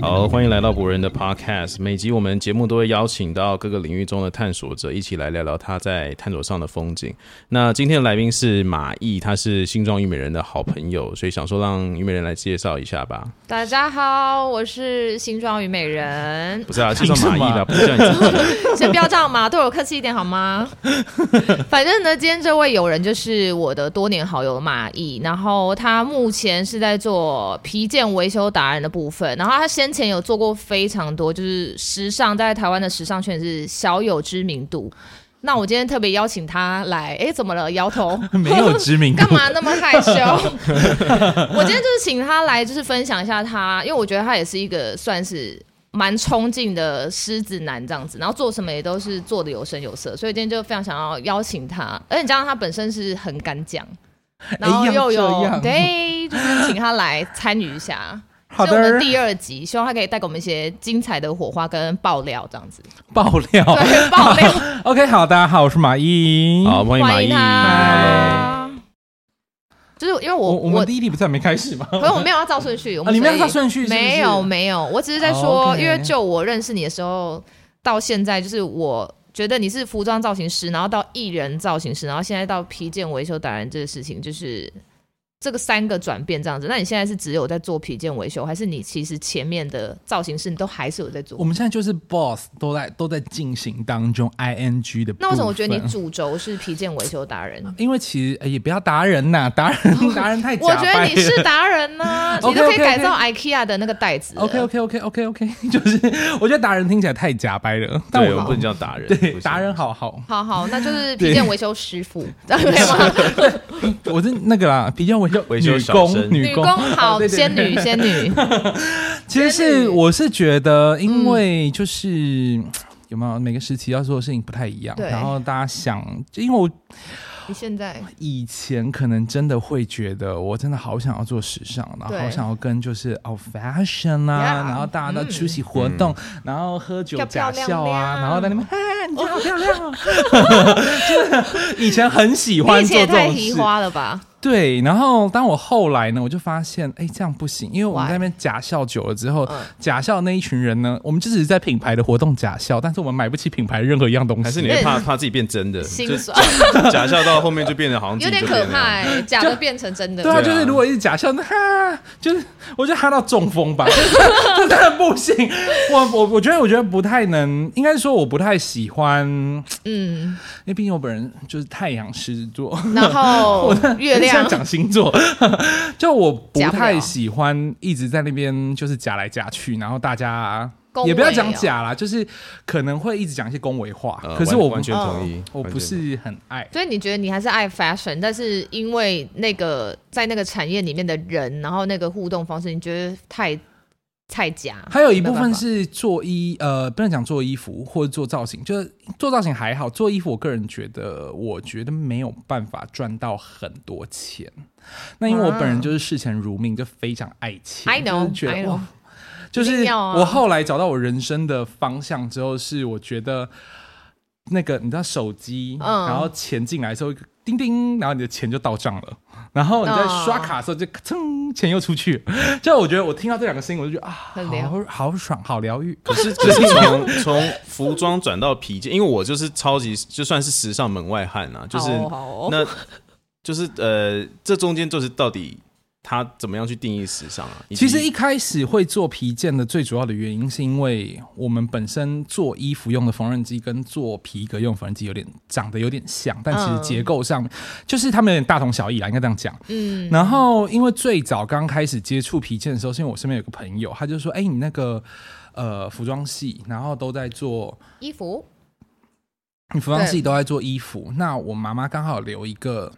好，欢迎来到博人的 Podcast。每集我们节目都会邀请到各个领域中的探索者，一起来聊聊他在探索上的风景。那今天的来宾是马毅，他是新庄虞美人的好朋友，所以想说让虞美人来介绍一下 吧。大家好，我是新庄虞美人。 不是啊，介绍马毅啦，不是叫你自己。先不要这样嘛，对我客气一点好吗？反正呢，今天这位友人就是我的多年好友马毅，然后他目前是在做皮件维修达人的部分，然后他先前有做过非常多，就是时尚在台湾的时尚圈是小有知名度。那我今天特别邀请他来，哎，怎么了？摇头， 没有知名 度干，嘛那么害羞？我今天就是请他来，就是分享一下他，因为我觉得他也是一个算是蛮冲劲的狮子男这样子，然后做什么也都是做的有声有色，所以今天就非常想要邀请他，而且加上他本身是很敢讲，然后要又有、哎这样对，就是请他来参与一下。好所以我们的，第二集，希望他可以带给我们一些精彩的火花跟爆料，这样子。爆料。对，爆料， OK，好，大家好，我是马毅。好，欢迎马欢迎毅。他。就是因为我我我们第一题不是还没开始吗？ 可是我没有要照顺序，我啊们你们所要以照顺序是不是没有没有，我只是在说，哦，OK 因为就我认识你的时候到现在，就是我觉得你是服装造型师，然后到艺人造型师，然后现在到皮件维修达人这个事情，就是这个三个转变这样子。那你现在是只有在做皮件维修，还是你其实前面的造型师你都还是有在我做？们现在就是 boss 都在都在进行当中，ing 的部分。那为什么我觉得你主轴是皮件维修达人？因为其实、呃也不要达人呐、达人达人太 假我掰了。觉得你 是达人呢、 你都可以 OK，OK，OK 改造 IKEA 的那个袋子了。 OK OK OK OK OK，就是 我觉得达人听起来太假掰了，但对，我我不能叫达人。不对行达人。好好，好好，那就是对皮件维修师傅， 这样可以吗？我是那个啦，比较维修维修女小工生女工哦工好，对对对仙女仙女， 其实仙女是我是觉得，因为嗯就是、有没有每个时期要做的事情不太一样，对然后大家想，因为我你现在以前可能真的会觉得，我真的好想要做时尚，然后对好想要跟就是哦 fashion 啊 Yeah，然后大家都嗯出席活动，然后喝酒要漂假亮笑啊，亮然后在那边，哎，你真的好漂亮哦， 就是以前很喜欢并做且这太种提事，花了吧？对，然后当我后来呢，我就发现，哎，这样不行，因为我们 Why？在那边假笑久了之后，嗯假笑那一群人呢，我们就只是在品牌的活动假笑，但是我们买不起品牌任何一样东西。啊还是你会怕怕自己变真的， 心就酸，假笑到后面就变得好像自有己点就可变那怕样。欸，假的变成真的对。对啊，啊就是如果一直假笑，那哈，就是我就哈到中风吧， 这真的不行。我我我觉得我觉得不太能，应该说我不太喜欢，因嗯，为毕竟我本人就是太阳狮子座，然 后月现亮在讲星座， 就我不假不太了喜欢一直在那边就是假来假去，然后大家恭也不要维讲哦假啦，就是可能会一直讲一些恭维话，呃可是完我啊完全同意，我完不全是很爱。所以你觉得你还是爱 fashion，但是因为那个在那个产业里面的人，然后那个互动方式，你觉得太太假？还有一部啊没办分法是做衣，呃，不能讲做衣服或者做造型，就是做造型还好，做衣服我个人觉得，我觉得没有办法赚到很多钱。那因为我本人就是视钱如命，就非常爱钱 I know，就是觉 I 得 know 哇，就一是定要啊我后来找到我人生的方向之后，是我觉得那个你知道手机，嗯然后钱进来的时候。叮叮，然后你的钱就到账了，然后你在哦刷卡的时候就咔噌，钱又出去了。就我觉得我听到这两个声音，我就觉得啊，很疗好好爽，好疗愈。可 是，可是从从服装转到皮件，因为我就是超级就算是时尚门外汉啊，就是、好哦好哦那，就是呃，这中间就是到底他怎么样去定义时尚啊？以及其实一开始会做皮件的最主要的原因，是因为我们本身做衣服用的缝纫机跟做皮革用的缝纫机有点长得有点像，但其实嗯结构上、就是他们有点大同小异啦，应该这样讲。嗯，然后，因为最早刚开始接触皮件的时候，是因为我身边有个朋友，他就说：“哎、你那个呃服装系，然后都在做衣服你服装系都在做衣服，那我妈妈刚好留一个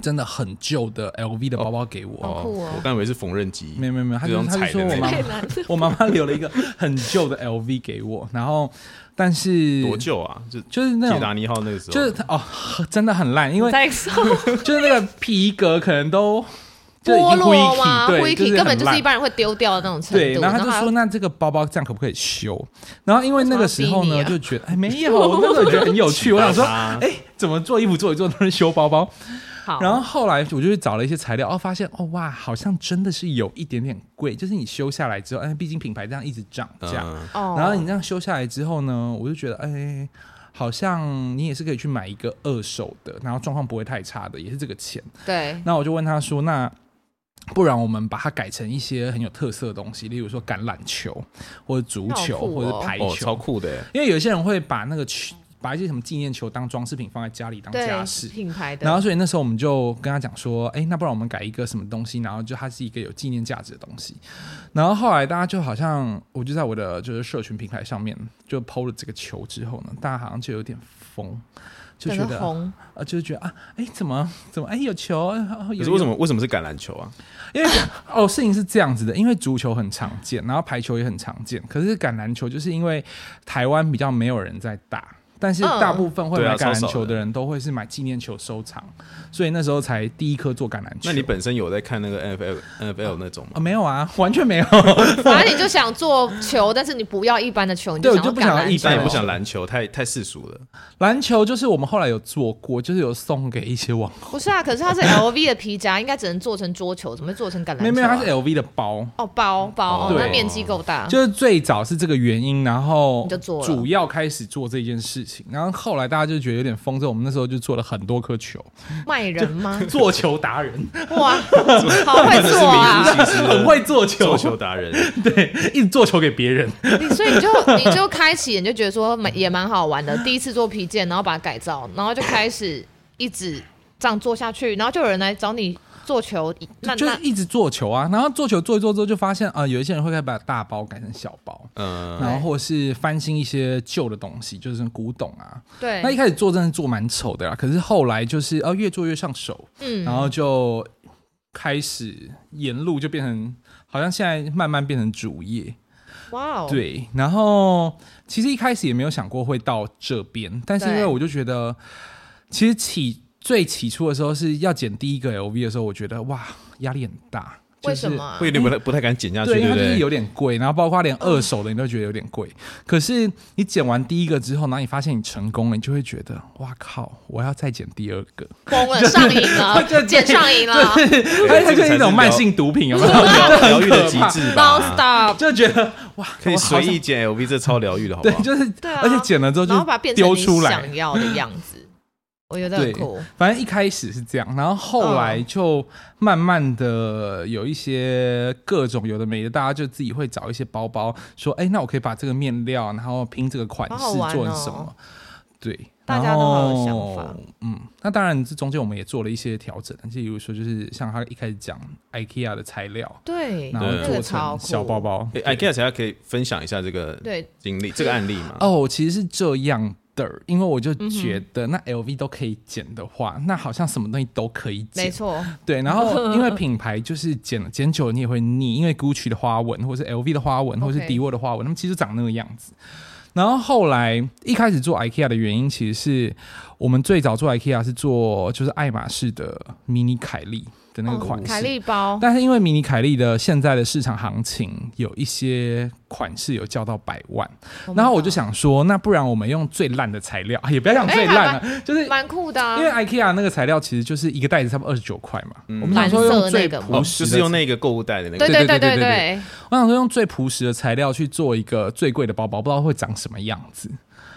真的很旧的 LV 的包包给我，好酷哦 我刚以为是缝纫机，没有没有没有，他这就种他就踩的说我那妈种妈， 我妈妈留了一个很旧的 LV 给我，然后但是多旧啊？就就是那铁种达尼号那个时候，就是它哦，真的很烂，因为在说就是那个皮革可能都就已经 剥落灰吗？对，体是根本很就是烂一般人会丢掉的那种程对，度。然后他就还说：“那这个包包这样可不可以修？”然后因为那个时候为什么呢，要逼你啊就 啊觉得哎没有，我那时候觉得很有趣，我想说启发他哎怎么做衣服做一做都是修包包。好，然后后来我就去找了一些材料，哦，发现哦哇，好像真的是有一点点贵，就是你修下来之后，哎，毕竟品牌这样一直涨价，嗯哦，然后你这样修下来之后呢，我就觉得哎。好像你也是可以去买一个二手的，然后状况不会太差的，也是这个钱。对，那我就问他说：“那不然我们把它改成一些很有特色的东西，例如说橄榄球，或者足球，好酷哦或者是排哦，球。超酷的耶，因为有些人会把那个球，把一些什么纪念球当装饰品放在家里当家对，饰。品牌然的后，所以那时候我们就跟他讲说，哎，那不然我们改一个什么东西，然后就它是一个有纪念价值的东西。然后后来大家就好像，我就在我的就是社群平台上面就抛了这个球之后呢，大家好像就有点疯，就整觉个得红，啊，就是觉得啊，哎，怎么怎么哎有球，啊有可是为有什么为什么是橄榄球啊？因为 哦，事情是这样子的，因为足球很常见，然后排球也很常见，可是橄榄球就是因为台湾比较没有人在打。但是嗯大部分会对啊买橄超榄少球的的人都会是买纪念球收藏，所以那时候才第一颗做橄榄球。那你本身有在看那个 N F L N F L 那种啊吗？没有啊， 完全没有。反正你就想做球，但是你不要一般的球，你对想我就要不想要橄榄一球但般也不想篮球，太太世 俗了。篮球就是我们后来有做过，就是有送给一些网红，不是啊，可是它是 LV 的皮夹，应该只能做成桌球，怎么会做成橄榄球啊？没有没有，它是 LV 的包，哦包包，哦对那面积够大，就是最早是这个原因，然后你就做了主要开始做这件事情，然后后来大家就觉得有点疯，之后我们那时候就做了很多 颗球，卖人吗？做球达人，哇，好会真的是做名啊！ 副其实很的会做球，做球达人。对，一直做球给别人。你所以你就你就开启，你就觉得说蛮也蛮好玩的。第一次做皮件，然后把它改造，然后就开始一直这样做下去，然后就有人来找你做球。那就是那一直做球啊，然后做球做一做之后，就发现啊、呃有一些人会把大包改成小包，嗯， 然后或是翻新一些旧的东西，就是古董啊。那对，一开始做真的做蛮丑的啦，可是后来就是呃越做越上手，嗯然后就开始沿路就变成，好像现在慢慢变成主业。哇哦，对，然后其实一开始也没有想过会到这边，但是因为对我就觉得，其实起最起初的时候是要剪第一个 LV 的时候，我觉得哇压力很大，就是、为什么？啊会？有点不太不太敢剪下去，对，因对为它不就是对？有点贵，然后包括连二手的你都觉得有点贵。可是你剪完第一个之后，然后你发现你成功了，你就会觉得哇靠，我要再剪第二个，疯了，上瘾了，见上瘾 了它它就是一 种慢性毒品，有没有？就很疗愈的可极怕致，non 吧， stop。就觉得哇，可以我好随想意剪 L V，这超疗愈的，好不对好，？就是对啊而且剪了之后然后把它就变成丢你出来想。要的样子，我觉得很对酷。，反正一开始是这样，然后后来就慢慢的有一些各种有的没的，大家就自己会找一些包包，说，哎、那我可以把这个面料，然后拼这个款好好式玩做成哦什么？对，大家然都好有后想法。嗯，那当然，这中间我们也做了一些调整，就比如说，就是像他一开始讲 IKEA 的材料，对，然后对那做个超成酷。小包包。哎，IKEA 才可以分享一下这个对，经历，这个案例嘛。哦，其实是这样的，因为我就觉嗯得那 LV 都可以剪的话，那好像什么东西都可以没剪。错，对，然后因为品牌就是剪了剪久了你也会腻，因为 Gucci 的花纹，或是 LV 的花纹，或是 OK 迪沃的花纹，他们其实长那个样子。然后后来一开始做 IKEA 的原因，其实是我们最早做 IKEA 是做就是爱马仕的迷你凯莉的那个款哦式，凯利包，但是因为迷你凯莉的现在的市场行情有一些款式有叫到百万， Oh my 然后我就想说，那不然我们用最烂的材料，啊也不要讲哎最烂了、就是 God，蛮酷的啊，因为 IKEA 那个材料其实就是一个袋子差不多二十九块嘛，我们蓝想色说用最那个哦，朴实就的，是用那个购物袋的那对个，对对对对对对我想说用最朴实的材料去做一个最贵的包包，不知道会长什么样子。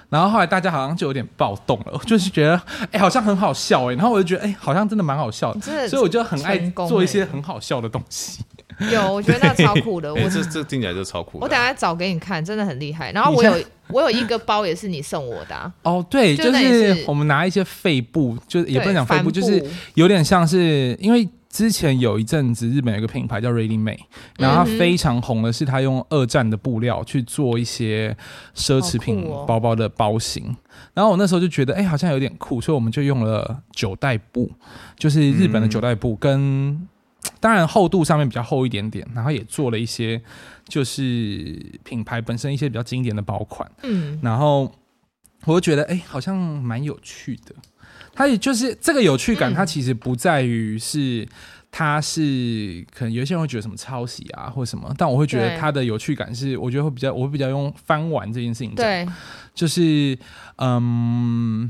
然后后来大家好像就有点暴动了， 就是觉得哎、好像很好笑哎、然后我就觉得哎、好像真的蛮好笑你的，真的所以我就很爱成功做一欸些很好笑的东西。有，我觉得那超酷 的。我哎，这这听起来就超酷的啊。我等下找给你看，真的很厉害。然后我你有 我有一个包也是你送我的啊，哦，对，就就等于是是我们拿一些废布，就也不能讲对废布，帆啊就是有点像是因为。之前有一阵子，日本有一个品牌叫 Ready Made，然后它嗯哼非常红的是它用二战的布料去做一些奢侈好品酷哦包包的包型。然后我那时候就觉得，哎、好像有点酷，所以我们就用了九代布，就是日嗯本的九代布，跟当然厚度上面比较厚一点点，然后也做了一些就是品牌本身一些比较经典的包款。嗯，然后我就觉得，哎、好像蛮有趣的。它也就是这个有趣感，嗯它其实不在于是它是可能有些人会觉得什么抄袭啊或什么，但我会觉得对它的有趣感是，我觉得会比较，我会比较用翻玩这件事情讲，对，就是嗯，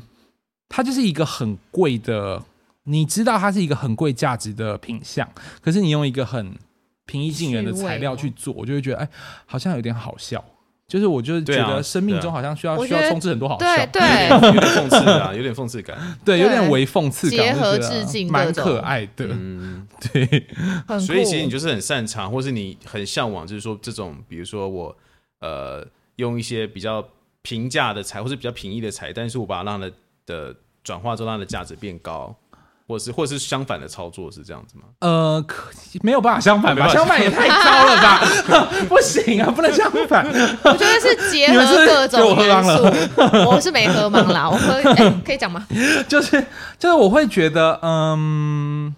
它就是一个很贵的你知道它是一个很贵价值的品相，可是你用一个很平易近人的趣味材料吗去做，我就会觉得哎，好像有点好笑。就是我就是觉对啊得生命对中啊好像需要我需觉要得充斥很多好对笑，对，有点讽刺啊，有点讽刺感。对，有对点微讽刺感，结合我就觉得致敬蛮各种可爱的。嗯，对，很酷。所以其实你就是很擅长，或是你很向往，就是说这种，比如说我呃用一些比较平价的材，或是比较平易的材，但是我把它让它的的转化之后，让它的价值变高，或是或是相反的操作是这样子吗？呃，可没有办法相反没吧？办法相反也太糟了吧？ 不行啊，不能相反。我觉得是结你合们是各给我种喝元懵了 素。我是没喝盲啦，我喝、哎可以讲吗？就是就是我会觉得，嗯，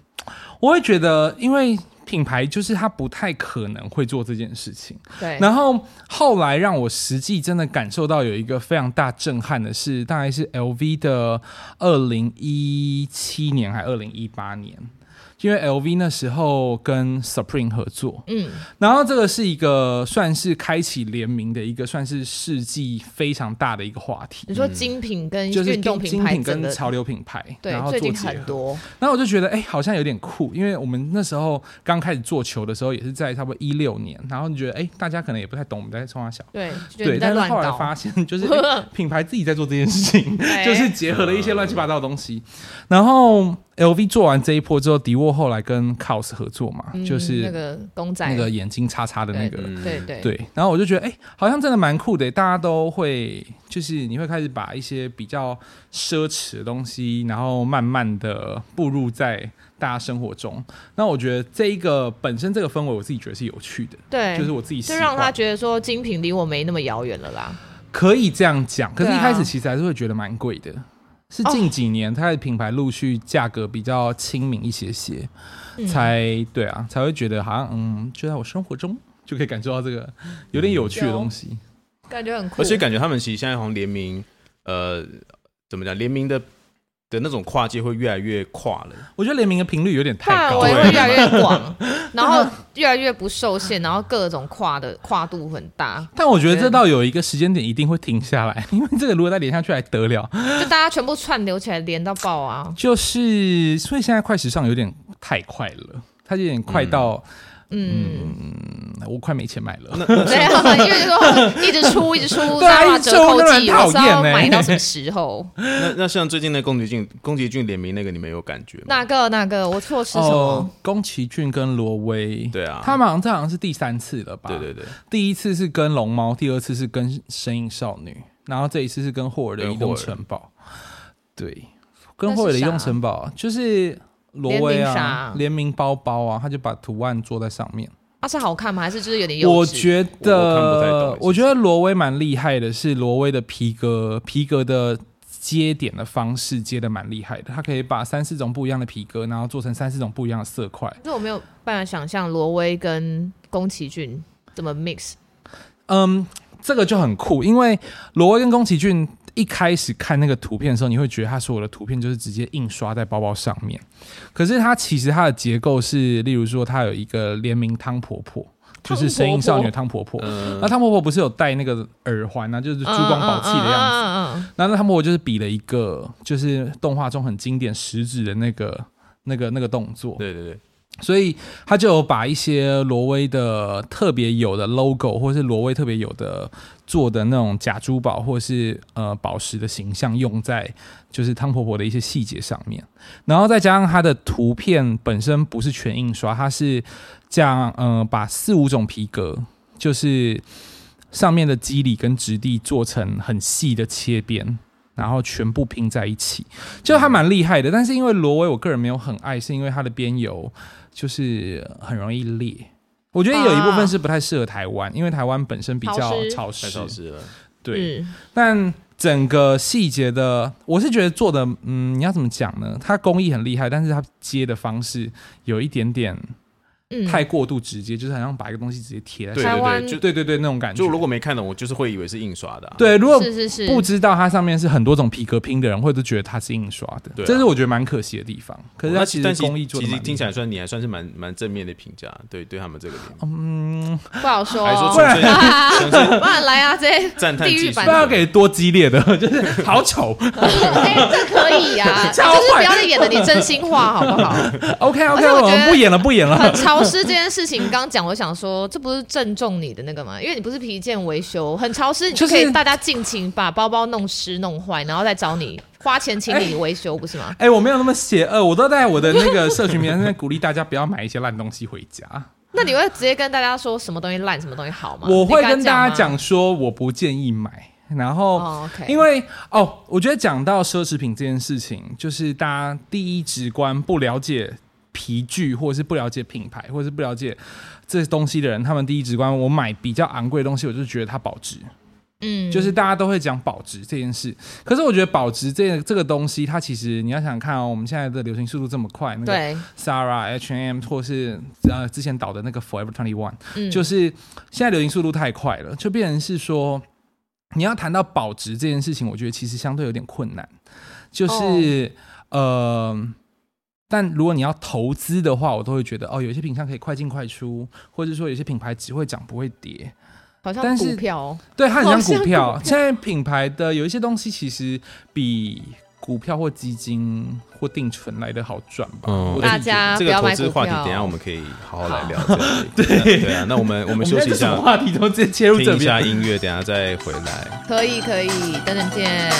我会觉得，因为品牌就是它不太可能会做这件事情。对，然后后来让我实际真的感受到有一个非常大震撼的是，大概是 LV 的二零一七年还二零一八年，因为 LV 那时候跟 Supreme 合作，嗯，然后这个是一个算是开启联名的一个算是世纪非常大的一个话题你。说精品跟嗯就是运动品精牌品整跟个潮流品牌，对然后最做近结很合。多，然后我就觉得，哎、好像有点酷，因为我们那时候刚开始做球的时候，也是在差不多一六年，然后你觉得，哎、大家可能也不太懂我们在冲他小，对，就觉得对，你在但是乱后来搞发，现，就是、 哎品牌自己在做这件事情，哎就是结合了一些乱七八糟的东西。然后 LV 做完这一波之后，迪沃后来跟 COS 合作嘛，嗯就是那个公仔，那个眼睛叉叉的那个，嗯对对，对，然后我就觉得，哎、好像真的蛮酷的，大家都会，就是你会开始把一些比较奢侈的东西，然后慢慢的步入在大家生活中。那我觉得这一个本身这个氛围，我自己觉得是有趣的，对，就是我自己喜就欢让他觉得说精品离我没那么遥远了啦。可以这样讲，可是对一啊哦开始其实还是会觉得蛮贵的。是近几年，它的品牌陆续价格比较亲民一些些，嗯才对啊，才会觉得好像嗯，就在我生活中就可以感受到这个有点有趣的有东西。感觉很酷，而且感觉他们其实现在好像联名，呃，怎么讲，联名的的那种跨界会越来越跨了。我觉得联名的频率有点太范高围了会。越来越 广，然后越来越不受限，然后各种跨的跨度很大，但我觉得这到有一个时间点一定会停下来， 因为这个如果再连下去还得了？就大家全部串流起来连到爆 啊！就是所以现在快时尚有点太快了，它有点快到、嗯，嗯我快没钱买了。对啊，因为说一直出一直出，对啊然后一直折出扣那很季，讨我知道厌欸买到什么时候？那那像最近的宫崎骏宫崎骏联名那个，你们有感觉吗？哪个哪个我错失什么？，哦宫崎骏跟罗威，对啊他们好像这好像是第三次了吧？对对对，第一次是跟龙猫，第二次是跟神隐少女，然后这一次是跟霍尔的跟移动霍尔城堡。对，跟那霍尔的是移啥动城堡啊就是罗联威名啊啥，联名包包啊，他就把图案做在上面。啊，是好看吗？还是就是有点幼稚？我觉我看不太懂得，其实我觉得罗威蛮厉害的，是罗威的皮革皮革的。接点的方式接的蛮厉害的，他可以把三四种不一样的皮革，然后做成三四种不一样的色块。可是我没有办法想象罗威跟宫崎骏怎么 mix。嗯，这个就很酷，因为罗威跟宫崎骏一开始看那个图片的时候，你会觉得他所有的图片就是直接印刷在包包上面，可是它其实它的结构是，例如说它有一个联名汤婆婆。就是声音少女的汤婆婆，嗯那汤婆婆不是有戴那个耳环啊，就是珠光宝气的样子。样子。那那汤婆婆就是比了一个，就是动画中很经典食指的那个、那个、那个动作。对对对，所以他就有把一些挪威的特别有的 logo，或是挪威特别有的做的那种假珠宝，或是呃宝石的形象，用在就是汤婆婆的一些细节上面。然后再加上它的图片本身不是全印刷，它是这样呃把四五种皮革，就是上面的肌理跟质地做成很细的切边。然后全部拼在一起，就还蛮厉害的。但是因为挪威，我个人没有很爱，是因为它的边油就是很容易裂。我觉得有一部分是不太适合台湾，因为台湾本身比较潮湿潮湿，太潮湿了。对，嗯，但整个细节的，我是觉得做的，嗯，你要怎么讲呢？它工艺很厉害，但是它接的方式有一点点嗯，太过度直接，就是好像把一个东西直接贴在对上台对湾对，就对对对，那种感觉。就如果没看懂，我就是会以为是印刷的、啊。，对，如果是是是，不知道它上面是很多种皮革拼的人，会都觉得它是印刷的，对啊这是我觉得蛮可惜的地方。可是哦它那其但实其工艺做的其实听起来算你还算是蛮蛮正面的评价，对对他们这个点，嗯不好说还说哦，纯粹纯粹 不然来啊，这赞叹地技狱术哦版不的要给多激烈的， 就是好丑。哎，这可以呀，就超是不坏要演的你真心话好不好？ OK 而且 OK，我觉得我们不演了，不演了很。潮湿这件事情，刚讲我想说，这不是正中你的那个吗？因为你不是皮件维修，很潮湿，你就就是可以大家尽情把包包弄湿弄坏，然后再找你花钱请你维修，不是吗？哎、我没有那么邪恶，我都在我的那个社群平台上面鼓励大家不要买一些烂东西回家。那你会直接跟大家说什么东西烂，什么东西好吗？我会你敢跟大家吗。讲说，我不建议买。然后，哦，OK 因为哦，我觉得讲到奢侈品这件事情，就是大家第一直观不了解皮具，或者是不了解品牌，或者是不了解这东西的人，他们第一直观，我买比较昂贵的东西，我就觉得它保值。嗯，就是大家都会讲保值这件事，可是我觉得保值这这个东西，它其实你要想想看哦，我们现在的流行速度这么快，那个对， Zara、H&M 或是呃之前导的那个 Forever Twenty One，、嗯，就是现在流行速度太快了，就变成是说你要谈到保值这件事情，我觉得其实相对有点困难，就是、哦呃。但如果你要投资的话，我都会觉得哦，有些品相可以快进快出，或者说有些品牌只会涨不会跌。好像但是股票哦，对，它好很像像股股票票。现在品牌的有一些东西其实比股票或基金或定存来的好赚吧。嗯我自己觉得大这家啊不个要投买资股话题，票等一下我们可以好好来 聊。这样对对啊，那我们我我们们休息一现在这下什么，话题都直接切入听这一下边。音乐，等一下再回来。可以可以，等等见。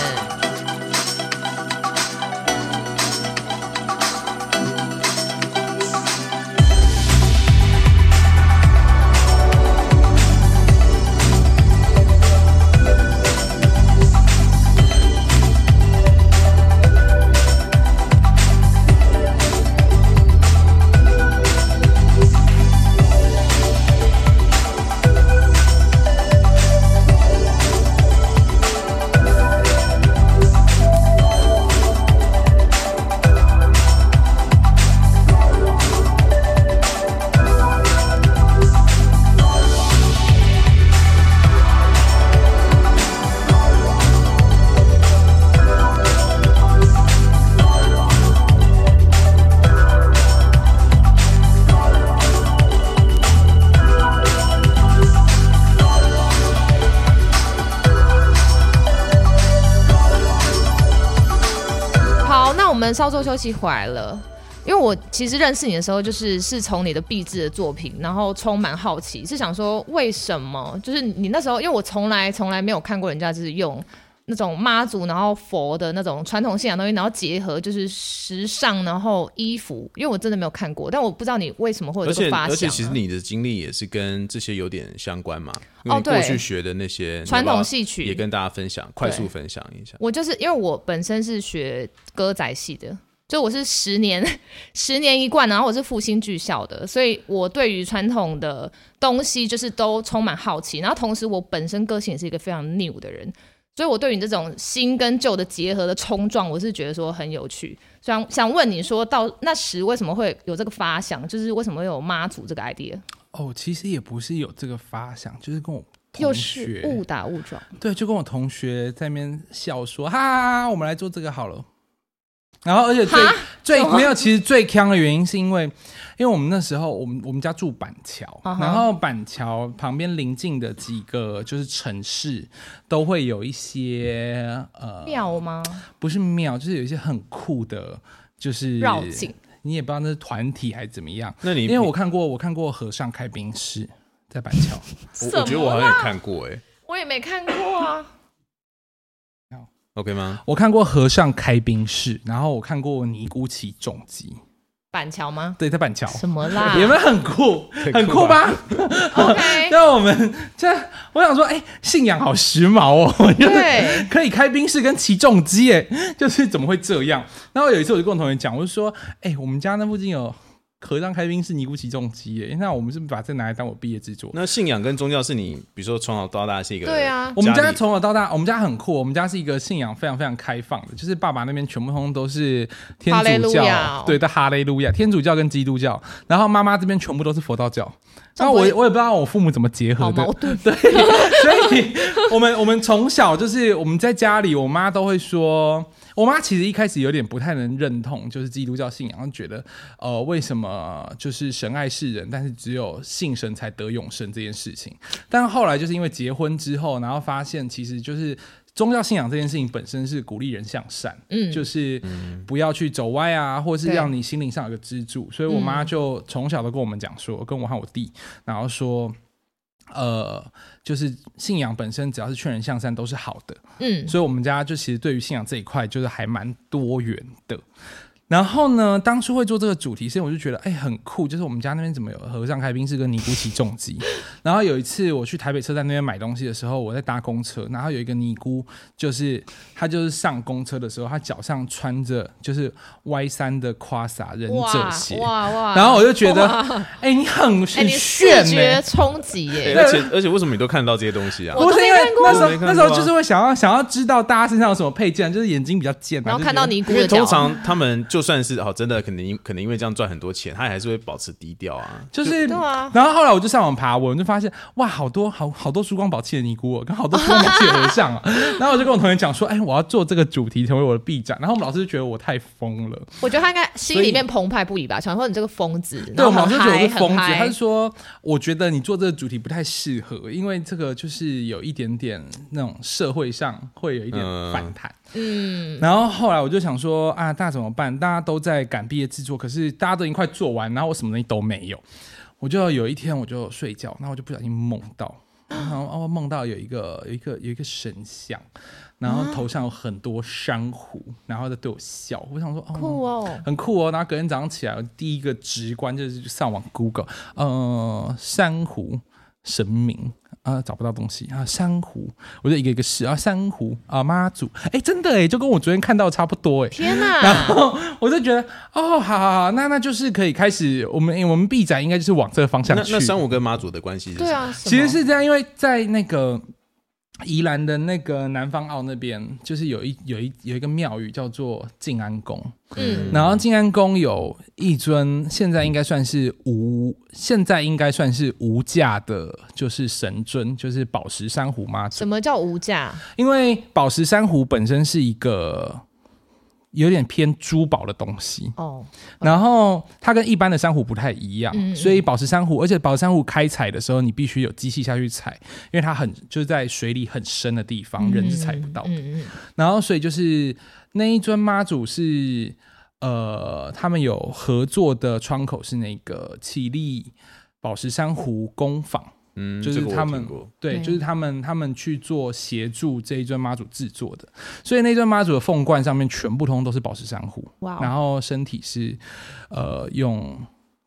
好，那我们稍作休息回来了。因为我其实认识你的时候，就是是从你的壁纸的作品，然后充满好奇，是想说为什么？就是你那时候，因为我从来从来没有看过人家就是用那种妈祖，然后佛的那种传统信仰东西，然后结合就是时尚，然后衣服，因为我真的没有看过，但我不知道你为什么会有而这且个发而且，想啊、其实你的经历也是跟这些有点相关嘛，因哦为你过对去学的那些 传你要不统要戏曲也跟大家分享，快速分享一下。我就是因为我本身是学歌仔戏的，就我是十年 十年一贯，然后我是复兴剧校的，所以我对于传统的东西就是都充满好奇。然后同时我本身个性也是一个非常 new 的人，所以我对于你这种新跟旧的结合的冲撞，我是觉得说很有趣。想想问你说到那时为什么会有这个发想，就是为什么会有妈祖这个 idea，哦，其实也不是有这个发想，就是跟我又同是学误，打误撞，对，就跟我同学在那边笑说，哈哈哈，我们来做这个好了。然后，而且最哈最什么没有，其实最坑的原因是因为，因为我们那时候我们我们家住板桥啊哈然后板桥旁边邻近的几个就是城市都会有一些呃，妙吗？不是庙，就是有一些很酷的，就是绕境，你也不知道那是团体还是怎么样。那你因为我看过，我看过和尚开冰室在板桥，我啊我觉得我好像也看过哎我也没看过啊。 ，OK 吗？我看过和尚开冰室，然后我看过尼姑骑重机，板桥吗？对，在板桥。什么啊啦有没有很酷？很酷酷吧？ ？OK，那我们这，我想说，哎、信仰好时髦哦， 就是对可以开冰室跟骑重机，哎，就是怎么会这样？然后有一次我就跟我同学讲，我就说，哎、我们家那附近有可当开宾是尼姑起重机耶，那我们是不是把这拿来当我毕业制作？那信仰跟宗教是你，比如说从小到大是一个对啊我们家里从小到大，我们家很酷，我们家是一个信仰非常非常开放的，就是爸爸那边全部通通都是天哈雷主路教，亚对，的哈雷路亚，天主教跟基督教，然后妈妈这边全部都是佛道教，这样然后我不会也我也不知道我父母怎么结合好的，矛盾。 对，所以我们我们从小就是我们在家里，我妈都会说，我妈其实一开始有点不太能认同，就是基督教信仰，觉得呃为什么就是神爱世人，但是只有信神才得永生这件事情。但后来就是因为结婚之后，然后发现其实就是。宗教信仰这件事情本身是鼓励人向善，嗯就是不要去走歪啊，或是对让你心灵上有个支柱。所以我妈就从小都跟我们讲说，跟我和我弟，然后说，呃，就是信仰本身只要是劝人向善都是好的，嗯，所以我们家就其实对于信仰这一块就是还蛮多元的。然后呢，当初会做这个主题，是因为我就觉得哎、很酷，就是我们家那边怎么有和尚开宾士跟尼姑骑重机。 然后有一次我去台北车站那边买东西的时候，我在搭公车，然后有一个尼姑，就是她就是上公车的时候，她脚上穿着就是 Y 三的夸撒忍者哇鞋，哇哇！然后我就觉得哇哎、你很哎，很你视炫欸呢、觉冲击对，耶，而且而且为什么你都看得到这些东西啊？我不都是没因为看过那时我没看候过那啊时候就是会想要想要知道大家身上有什么配件，就是眼睛比较贱、啊，然后就看到觉得尼姑因的为脚通，常他们就算是哦，真的可能因可能因为这样赚很多钱，他还是会保持低调啊。就是对啊然后后来我就上网爬文，就发现哇，好多好好多珠光宝气的尼姑、哦，跟好多珠光宝气的和 尚啊。然后我就跟我同学讲说，哎，我要做这个主题，成为我的臂展。然后我们老师就觉得我太疯了，我觉得他应该心里面澎湃不已吧，想说你这个疯子，对我们老师很觉得嗨我是疯很子，他嗨就，说我觉得你做这个主题不太适合，因为这个就是有一点点那种社会上会有一点嗯反弹。嗯，然后后来我就想说啊，大家怎么办？大家都在赶毕业制作，可是大家都已经快做完，然后我什么东西都没有。我就有一天我就睡觉，然后我就不小心梦到，然后哦梦到有一个有一个有一个神像，然后头上有很多珊瑚，然后在对我笑。我想说哦，酷哦，很酷哦。然后隔天早上起来，我第一个直观就是上网 Google，呃，珊瑚神明啊、找不到东西啊，珊瑚，我就一个一个试啊，珊瑚啊，妈祖，哎，真的哎，就跟我昨天看到的差不多哎。天然哪！后我就觉得，哦，好好好，那那就是可以开始，我们我们 B 展应该就是往这个方向那去。那三五跟妈祖的关系是什对么？啊，其实什么是这样，因为在那个宜兰的那个南方澳那边，就是有一有一有一个庙宇叫做静安宫，嗯然后静安宫有一尊，现在应该算是无，现在应该算是无价的，就是神尊，就是宝石珊瑚妈祖什。么叫无价？因为宝石珊瑚本身是一个有点偏珠宝的东西，哦，然后它跟一般的珊瑚不太一样，嗯嗯所以宝石珊瑚，而且宝石珊瑚开采的时候，你必须有机器下去采，因为它很就是在水里很深的地方，人是采不到的。嗯嗯嗯然后所以就是那一尊妈祖是呃，他们有合作的窗口是那个绮丽宝石珊瑚工坊，嗯，就这是个我他听们过对，对就是他们他们去做协助这一尊妈祖制作的，所以那尊妈祖的凤冠上面全部通都是宝石珊瑚，哇哦然后身体是呃用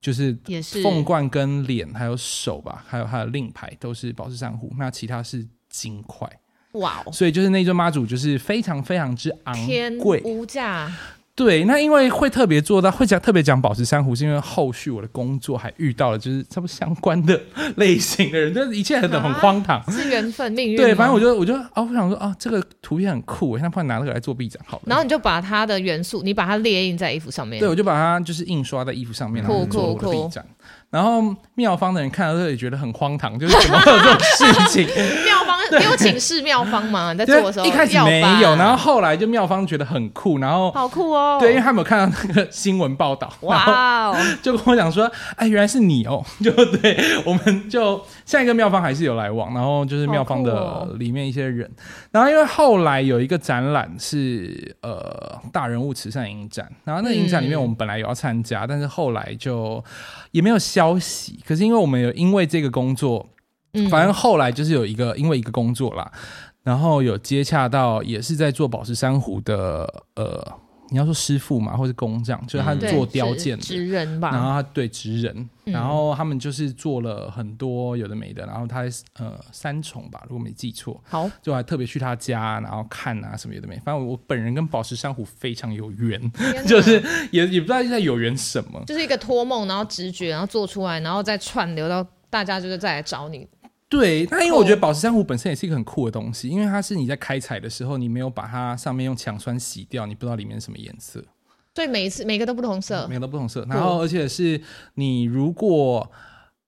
就是也是凤冠跟脸还有手吧，还有还有令牌都是宝石珊瑚，那其他是金块，哇哦，所以就是那尊妈祖就是非常非常之昂天贵，无价，对，那因为会特别做到会讲特别讲宝石珊瑚，是因为后续我的工作还遇到了就是差不多相关的 类型的人，就是一切很很啊荒唐。是缘分命运吗。对，反正我就我就哦，我想说啊，这个图片很酷，那不然拿那个来做臂展好了。然后你就把它的元素，你把它列印在衣服上面。对，我就把它就是印刷在衣服上面，然后酷做了我的酷酷臂展。然后妙方的人看到这也觉得很荒唐，就是怎么会有这种 事情？妙方你有请示妙方吗？你在做的时候一开始要吧没有，然后后来就妙方觉得很酷，然后好酷哦，对，因为他们有看到那个新闻报道，然后哇 哦，就跟我讲说，哎，原来是你哦， 就对，我们就下一个妙方还是有来往，然后就是妙方好的酷哦里面一些人，然后因为后来有一个展览是呃大人物慈善影展，然后那个影展里面嗯我们本来有要参加，但是后来就也没有消息，可是因为我们有因为这个工作，嗯反正后来就是有一个因为一个工作啦，然后有接洽到也是在做宝石珊瑚的呃你要说师傅嘛，或是工匠，就是他嗯对做雕件的，职人吧，然后他对职人，嗯然后他们就是做了很多有的没的，然后他呃三重吧，如果没记错，好，就还特别去他家，然后看啊什么有的没，反正我本人跟宝石珊瑚非常有缘， 就是也也不知道在有缘什么。就是一个托梦，然后直觉，然后做出来，然后再串流到大家就是再来找你。对，那因为我觉得宝石珊瑚本身也是一个很酷的东西，因为它是你在开采的时候，你没有把它上面用强酸洗掉，你不知道里面是什么颜色。所以每一次每个都不同色每，个都不同色。然后而且是你如果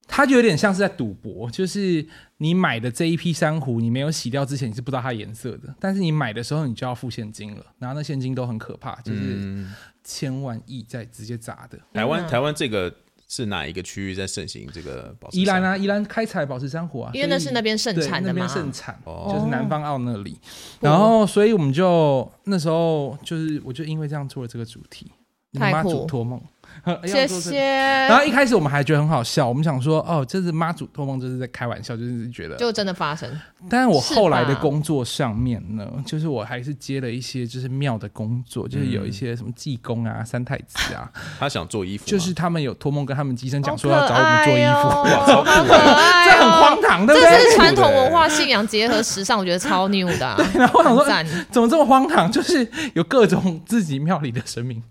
它就有点像是在赌博，就是你买的这一批珊瑚，你没有洗掉之前你是不知道它颜色的，但是你买的时候你就要付现金了，然后那现金都很可怕，就是嗯，千万亿在直接砸的。台湾嗯台湾这个是哪一个区域在盛行这个宝石？宜兰啊，，宜兰开采宝石珊瑚啊，因为那是那边盛对产那的嘛哦边。盛产，哦就是南方澳那里。然后，所以我们就那时候就是，我就因为这样做了这个主题，你太妈酷祖托梦， 谢要做这个谢。然后一开始我们还觉得很好笑，我们想说，哦，这是妈祖托梦，这是在开玩笑，就是觉得。就真的发生，但是我是后来的吧工作上面呢，就是我还是接了一些就是庙的工作，就是有一些什么济公啊、三太子啊，他想做衣服吗，就是他们有托梦跟他们机身讲说好要可找我们做衣爱服，哦哇超酷好的可爱这哦很荒唐，对不对？这是传统文化信仰结合时尚，我觉得超 new 的啊、 然后我想很说，赞，怎么这么荒唐？就是有各种自己庙里的神明，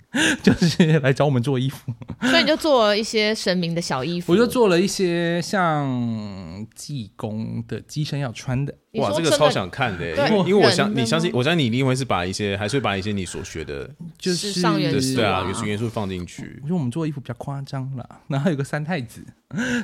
就是来找我们做衣服。所以你就做了一些神明的小衣服，我就，做了一些像济公的机身要穿的，你哇，说这个真的超想看的，欸对因为因为我相人的你相信，吗我相信你一定会是把一些还是把一些你所学的就时是尚元对素对啊啊元素元素放进去我，觉得我们做的衣服比较夸张啦。 然后有个三太子，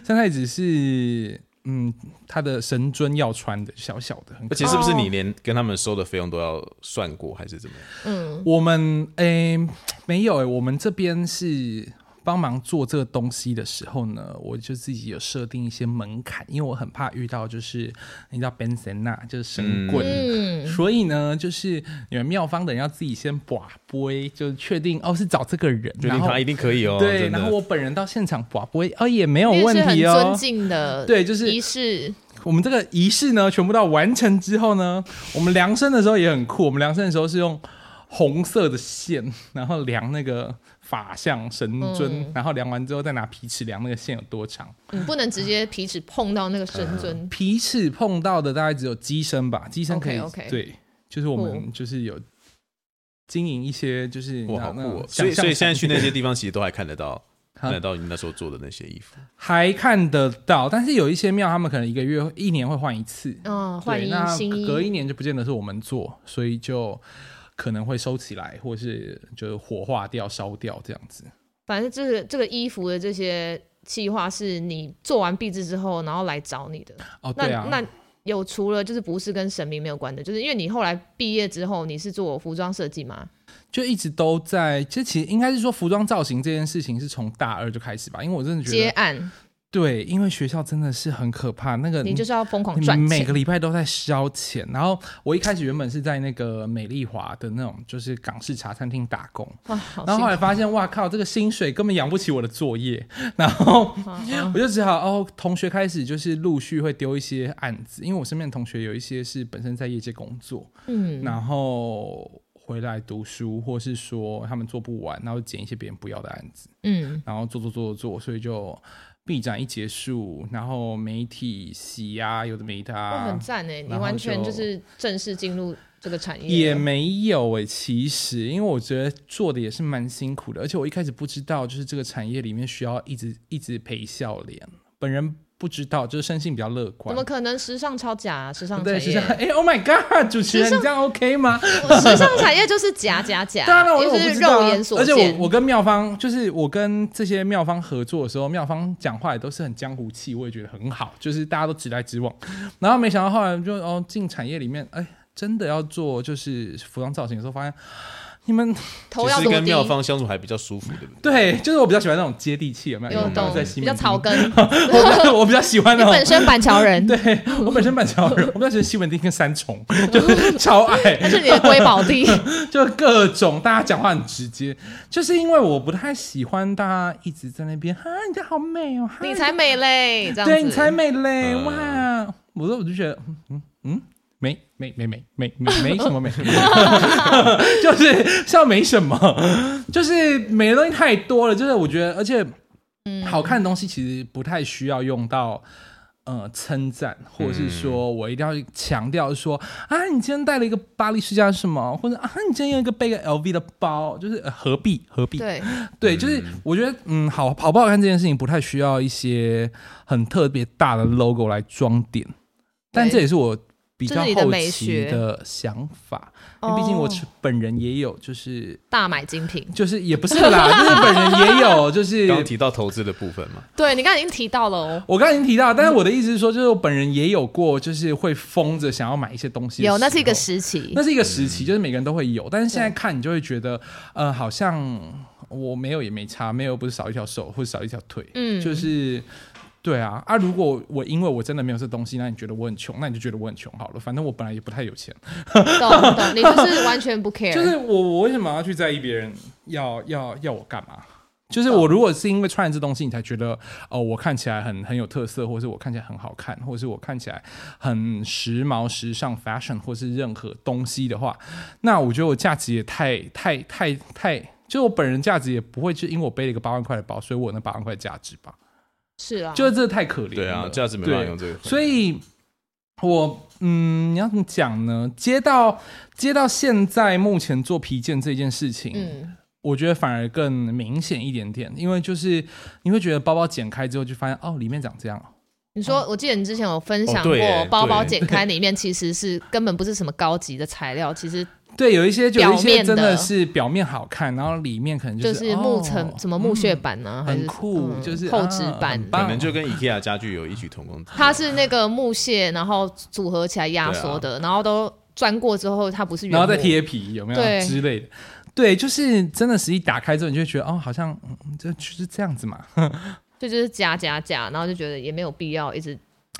三太子是嗯，他的神尊要穿的小小的，很而且是不是你连跟他们收的费用都要算过，还是怎么样？嗯，我们诶、没有诶、我们这边是帮忙做这个东西的时候呢，我就自己有设定一些门槛，因为我很怕遇到就是你知道 Ben s e n a 就是神棍。嗯所以呢，就是你们妙方的人要自己先把杯，就是确定哦是找这个人，决定然后他一定可以哦，对，真的然后我本人到现场把杯，哦也没有因为问是很题哦尊。敬的，对就是仪式，我们这个仪式呢，全部到完成之后呢，我们量身的时候也很酷。我们量身的时候是用红色的线，然后量那个法相神尊，嗯然后量完之后再拿皮尺量那个线有多长。你嗯不能直接皮尺碰到那个神尊，皮尺碰到的大概只有机身吧，机身可以 OK，OK 对，就是我们就是有经营一些就是哇，好那酷那哦！所想以所以现在象去那些地方，其实都还看得 到，哈看得到你那时候做的那些衣服。还看得到，但是有一些庙他们可能一个月一年会换一次，嗯，换对，衣那新隔一衣，年就不见得是我们做，所以就可能会收起来，或是就是火化掉、烧掉这样子。反正这个这个衣服的这些计划是你做完壁纸之后，然后来找你的，哦，那对啊，那有除了就是不是跟神明没有关的，就是因为你后来毕业之后你是做服装设计嘛，就一直都在。其实其实应该是说服装造型这件事情是从大二就开始吧，因为我真的觉接得案，对，因为学校真的是很可怕，那个你就是要疯狂你赚每钱个，礼拜都在烧钱。然后我一开始原本是在那个美丽华的那种就是港式茶餐厅打工，哇，好辛然后后来苦，发现哇靠，这个薪水根本养不起我的作业， 然后。啊我就只好哦，同学开始就是陆续会丢一些案子，因为我身边的同学有一些是本身在业界工作，嗯，然后回来读书，或是说他们做不完，然后捡一些别人不要的案子，嗯，然后做做做做做，所以就 B 展一结束，然后媒体洗啊，有的没的、哇，啊很，赞哎，你然后完全就就是正式进入这个产业了，也没有诶、其实因为我觉得做的也是蛮辛苦的，而且我一开始不知道，就是这个产业里面需要一直一直陪笑脸，本人。不知道，就是生性比较乐观。怎么可能时尚超假、啊？时尚产对，业，时尚，哎、o h my God，主持人，时尚你这样 OK 吗？时尚产业就是假假假，当然了，我 就我不是知道肉啊眼所而且见。我我跟妙方，就是我跟这些妙方合作的时候，妙方讲话也都是很江湖气，我也觉得很好，就是大家都直来直往。然后没想到后来就哦进产业里面，哎、真的要做就是服装造型的时候，发现你们头要其实多跟低，妙方相处还比较舒服，对不对？对，就是我比较喜欢那种接地气，有没有？因为有我懂在西比门较町草， 根，我比较 我比较喜欢你那种本身板桥人，对我本身板桥人，我比较喜欢西门町跟三重， 就是超爱。那是你的瑰宝地。 就各种大家讲话很直接，就是因为我不太喜欢大家一直在那边哈，你家好美哦，哈 你才美嘞，这样子。对你才美嘞，嗯哇！我说我就觉得，嗯嗯，呃没没没没没没没什么没， 就是像没什么，就是美的东西太多了，就是我觉得，而且嗯好看的东西其实不太需要用到。呃，称赞，或者是说我一定要强调说、啊，你今天带了一个巴黎世家什么，或者啊，你今天用一个背个 LV 的包，就是、呃何必何必？对，对，就是我觉得，嗯，好好不好看这件事情不太需要一些很特别大的 logo 来装点，但对这也是我比这较是你的后美期学的想法，因为毕竟我哦本人也有，就是大买精品。就是也不是啦， 就是本人也有，就是刚刚提到投资的部分嘛， 对你刚才已经提到了哦，我刚才已经提到，但是我的意思是说，就是我本人也有过，就是会疯着想要买一些东西的时候，有那是一个时期那，是一个时期，就是每个人都会有，但是现在对看你就会觉得，呃，好像我没有也没差，没有不是少一条手或者少一条腿，嗯就是对啊啊！如果我因为我真的没有这东西，那你觉得我很穷，那你就觉得我很穷好了，反正我本来也不太有钱，懂 懂，你就是完全不 care，就是我我为什么要去在意别人要要要我干嘛？就是我如果是因为穿了这东西，你才觉得哦，我看起来很很有特色，或者是我看起来很好看，或者是我看起来很时髦、时尚、fashion，或是任何东西的话，那我觉得我价值也太太太太，就是我本人价值也不会，就因为我背了一个八万块的包，所以我有那八万块的价值吧？是啊，就是这太可怜了，对啊，价值没办法对用这个分，所以，我嗯，你要怎么讲呢？接到接到现在目前做皮件这件事情，嗯，我觉得反而更明显一点点，因为就是你会觉得包包剪开之后就发现哦，里面长这样哦，你说，我记得你之前有分享哦对过耶，包包对剪 开里面其实是根本不是什么高级的材料，其实对，有一些有一表些面的真的是表面好看，然后里面可能、就是是木层哦、什么木屑板呢，还很是酷，嗯就是厚纸啊板很，棒可能就跟 IKEA 家具有异曲同工之它是那个木屑，然后组合起来压对缩啊的，然后都钻过之后，它不是原然后再木贴皮有没对有之类的。对，就是真的，实际打开之后，你就会觉得哦，好像、嗯、这就是这样子嘛。就就是夹夹夹，然后就觉得也没有必要一直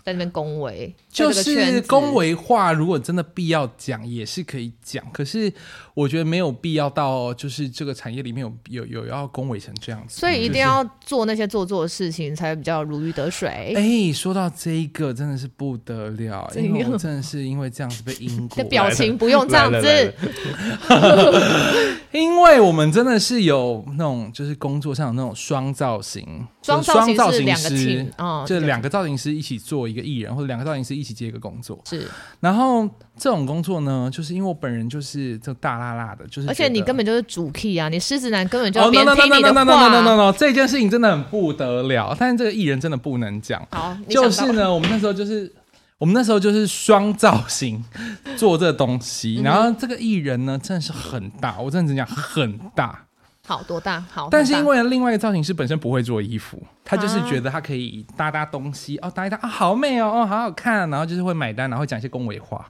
在那边恭维，就在这个圈是子恭，维话，如果真的必要讲，也是可以讲。可是我觉得没有必要到，就是这个产业里面有有有要恭维成这样子。嗯所以一定就是要做那些做作的事情，才会比较如鱼得水。哎、说到这一个，真的是不得了，哎怎因为样我真的是因为这样子被阴你过的。表情不用这样来了来了子，因为我们真的是有那种，就是工作上有那种双造型，双就是造型是型两个师 team 啊，哦就两个造型师一起做一个艺人，或者两个造型师一起接一个工作。是，然后这种工作呢，就是因为我本人就是这大辣辣的，就是而且你觉得根本就是主 key 啊，你狮子男根本就哦要别人听你的 no no no no no 话。 no，这件事情真的很不得了，但是这个艺人真的不能讲。好，你想就到是呢，我们那时候就是我们那时候就是双造型做这东西，然后这个艺人呢真的是很大，我真的只讲很大，好多大好，但是因很大为另外一个造型师本身不会做衣服，他就是啊觉得他可以搭搭东西，哦搭一搭啊好美哦，哦好好看，然后就是会买单，然后讲一些恭维话。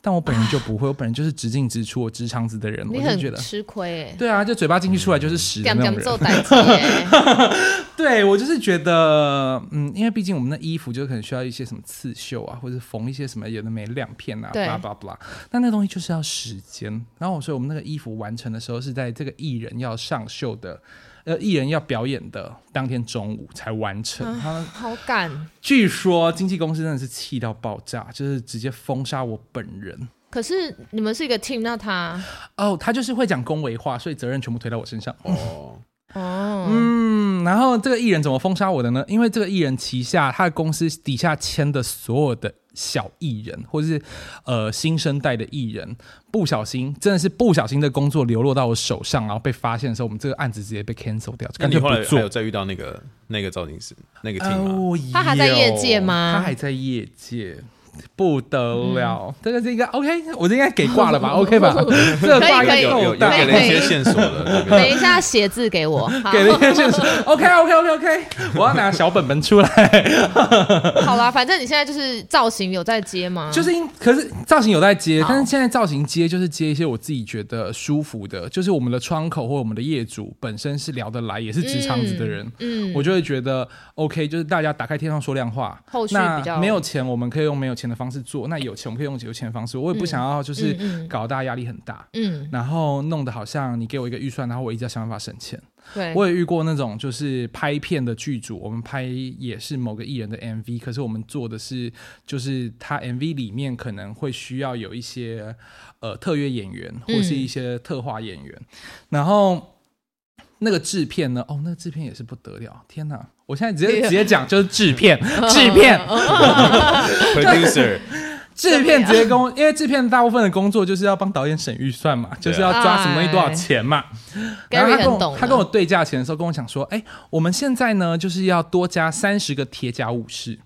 但我本人就不会，我本人就是直进直出，我直肠子的人，我你就觉很得，吃亏哎，对啊，就嘴巴进去出来就是屎的讲那讲种做人。代志哎，对我就是觉得，嗯，因为毕竟我们的衣服就可能需要一些什么刺绣啊，或者缝一些什么有的没亮片啊，对巴拉巴拉。但那东西就是要时间。然后所以我们那个衣服完成的时候是在这个艺人要上秀的，呃，艺人要表演的当天中午才完成。他们好感。据说经纪公司真的是气到爆炸，就是直接封杀我本人。可是你们是一个 team，那他哦，他就是会讲恭维话，所以责任全部推到我身上。 哦，哦，嗯，然后这个艺人怎么封杀我的呢？因为这个艺人旗下他的公司底下签的所有的小艺人，或是呃新生代的艺人，不小心真的是不小心的工作流落到我手上，然后被发现的时候，我们这个案子直接被 cancel 掉，那干你脆后来呃不还有做。再遇到那个那个造型师那个 team 啊吗？哦，他还在业界吗他还在业界。不得了，这个是应该 OK，我这应该给挂了吧？OK 吧？这个挂应可该以有有有够有大给了一可以些线索 了，对不对等一下写字给我，好 给了一些线索。OK OK OK OK，我要拿小本本出来。好啦，反正你现在就是造型有在接吗？就是因，可是造型有在接，好但是现在造型接就是接一些我自己觉得舒服的，就是我们的窗口或我们的业主本身是聊得来，也是直肠子的人。嗯，我就会觉得 OK，就是大家打开天上说亮话。后续比较那没有钱，我们可以用没有钱钱的方式做，那有钱我们可以用有钱的方式，我也不想要就是嗯嗯搞大家压力很大，嗯，然后弄得好像你给我一个预算，然后我一直要想办法省钱。对，我也遇过那种就是拍片的剧组，我们拍也是某个艺人的 MV，可是我们做的是就是他 MV 里面可能会需要有一些呃特约演员或是一些特化演员，然后。那个制片呢？哦，那个制片也是不得了！天哪，我现在直接直接讲就是制片，制片， producer 制片直接跟我，因为制片大部分的工作就是要帮导演审预算嘛，啊就是要抓什么东西多少钱嘛。然后 Gary 他跟很我懂，他跟我对价钱的时候跟我讲说，哎、我们现在呢就是要多加三十个铁甲武士，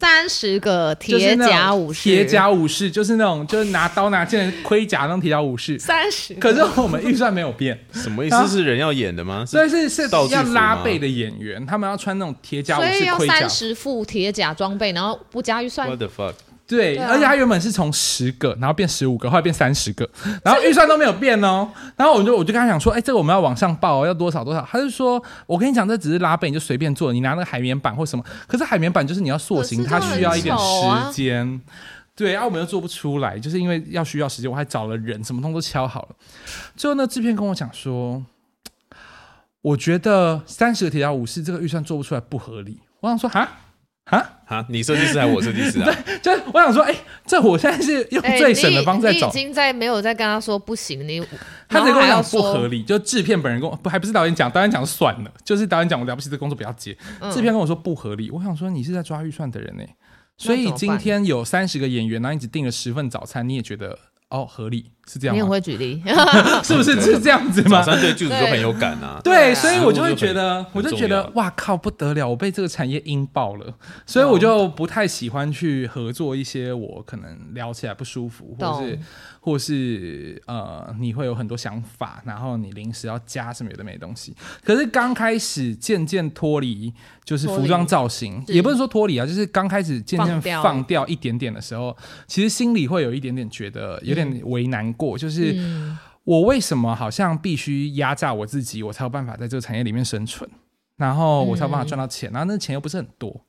三十个就是铁那种甲武士，铁甲武士就是那种就是拿刀拿剑的盔甲那种铁甲武士。三十，可是我们预算没有变，什么意思？啊是人要演的吗？所以是是道具服要吗拉背的演员，他们要穿那种铁甲武所以士要盔甲三。十副铁甲装备，然后不加预算 What，the fuck？对，对啊而且他原本是从十个，然后变十五个，后来变三十个，然后预算都没有变哦。然后我就我就跟他讲说，哎、这个我们要往上报、哦，要多少多少。他就说，我跟你讲，这只是拉背，你就随便做，你拿那个海绵板或什么。可是海绵板就是你要塑形，可是它它需要一点很丑啊时间。对，啊，我们又做不出来，就是因为要需要时间，我还找了人，什么通都敲好了。最后呢，制片跟我讲说，我觉得三十个铁甲武士这个预算做不出来不合理。我想说，哈哈。啊，你设计师还是我设计师啊？就是我想说，哎、这我现在是用哎最省的方式在你你找，已经在没有在跟他说不行，你他直接然跟我后还要讲不说合理，就制片本人跟我不还不是导演讲，导演讲算了，就是导演讲我了不起这工作不要接，嗯制片跟我说不合理，我想说你是在抓预算的人呢、所以今天有三十个演员，然后你只订了十份早餐，你也觉得哦合理是这样你很 吗？会举例， 是不是是这样子马吗？上 对剧组就很有感啊。对，对啊所以我就会觉得食，我物就很就觉得很重哇靠，不得了，我被这个产业阴爆了，所以我就不太喜欢去合作一些我可能聊起来不舒服，或是懂或是呃，你会有很多想法，然后你临时要加什么有的没的东西。可是刚开始渐渐脱离，就是脱服离装造型，是也不是说脱离啊，就是刚开始渐渐放掉放掉一点点的时候，其实心里会有一点点觉得有点为难过，就是。嗯，我为什么好像必须压榨我自己，我才有办法在这个产业里面生存，然后我才有办法赚到钱，然后那钱又不是很多，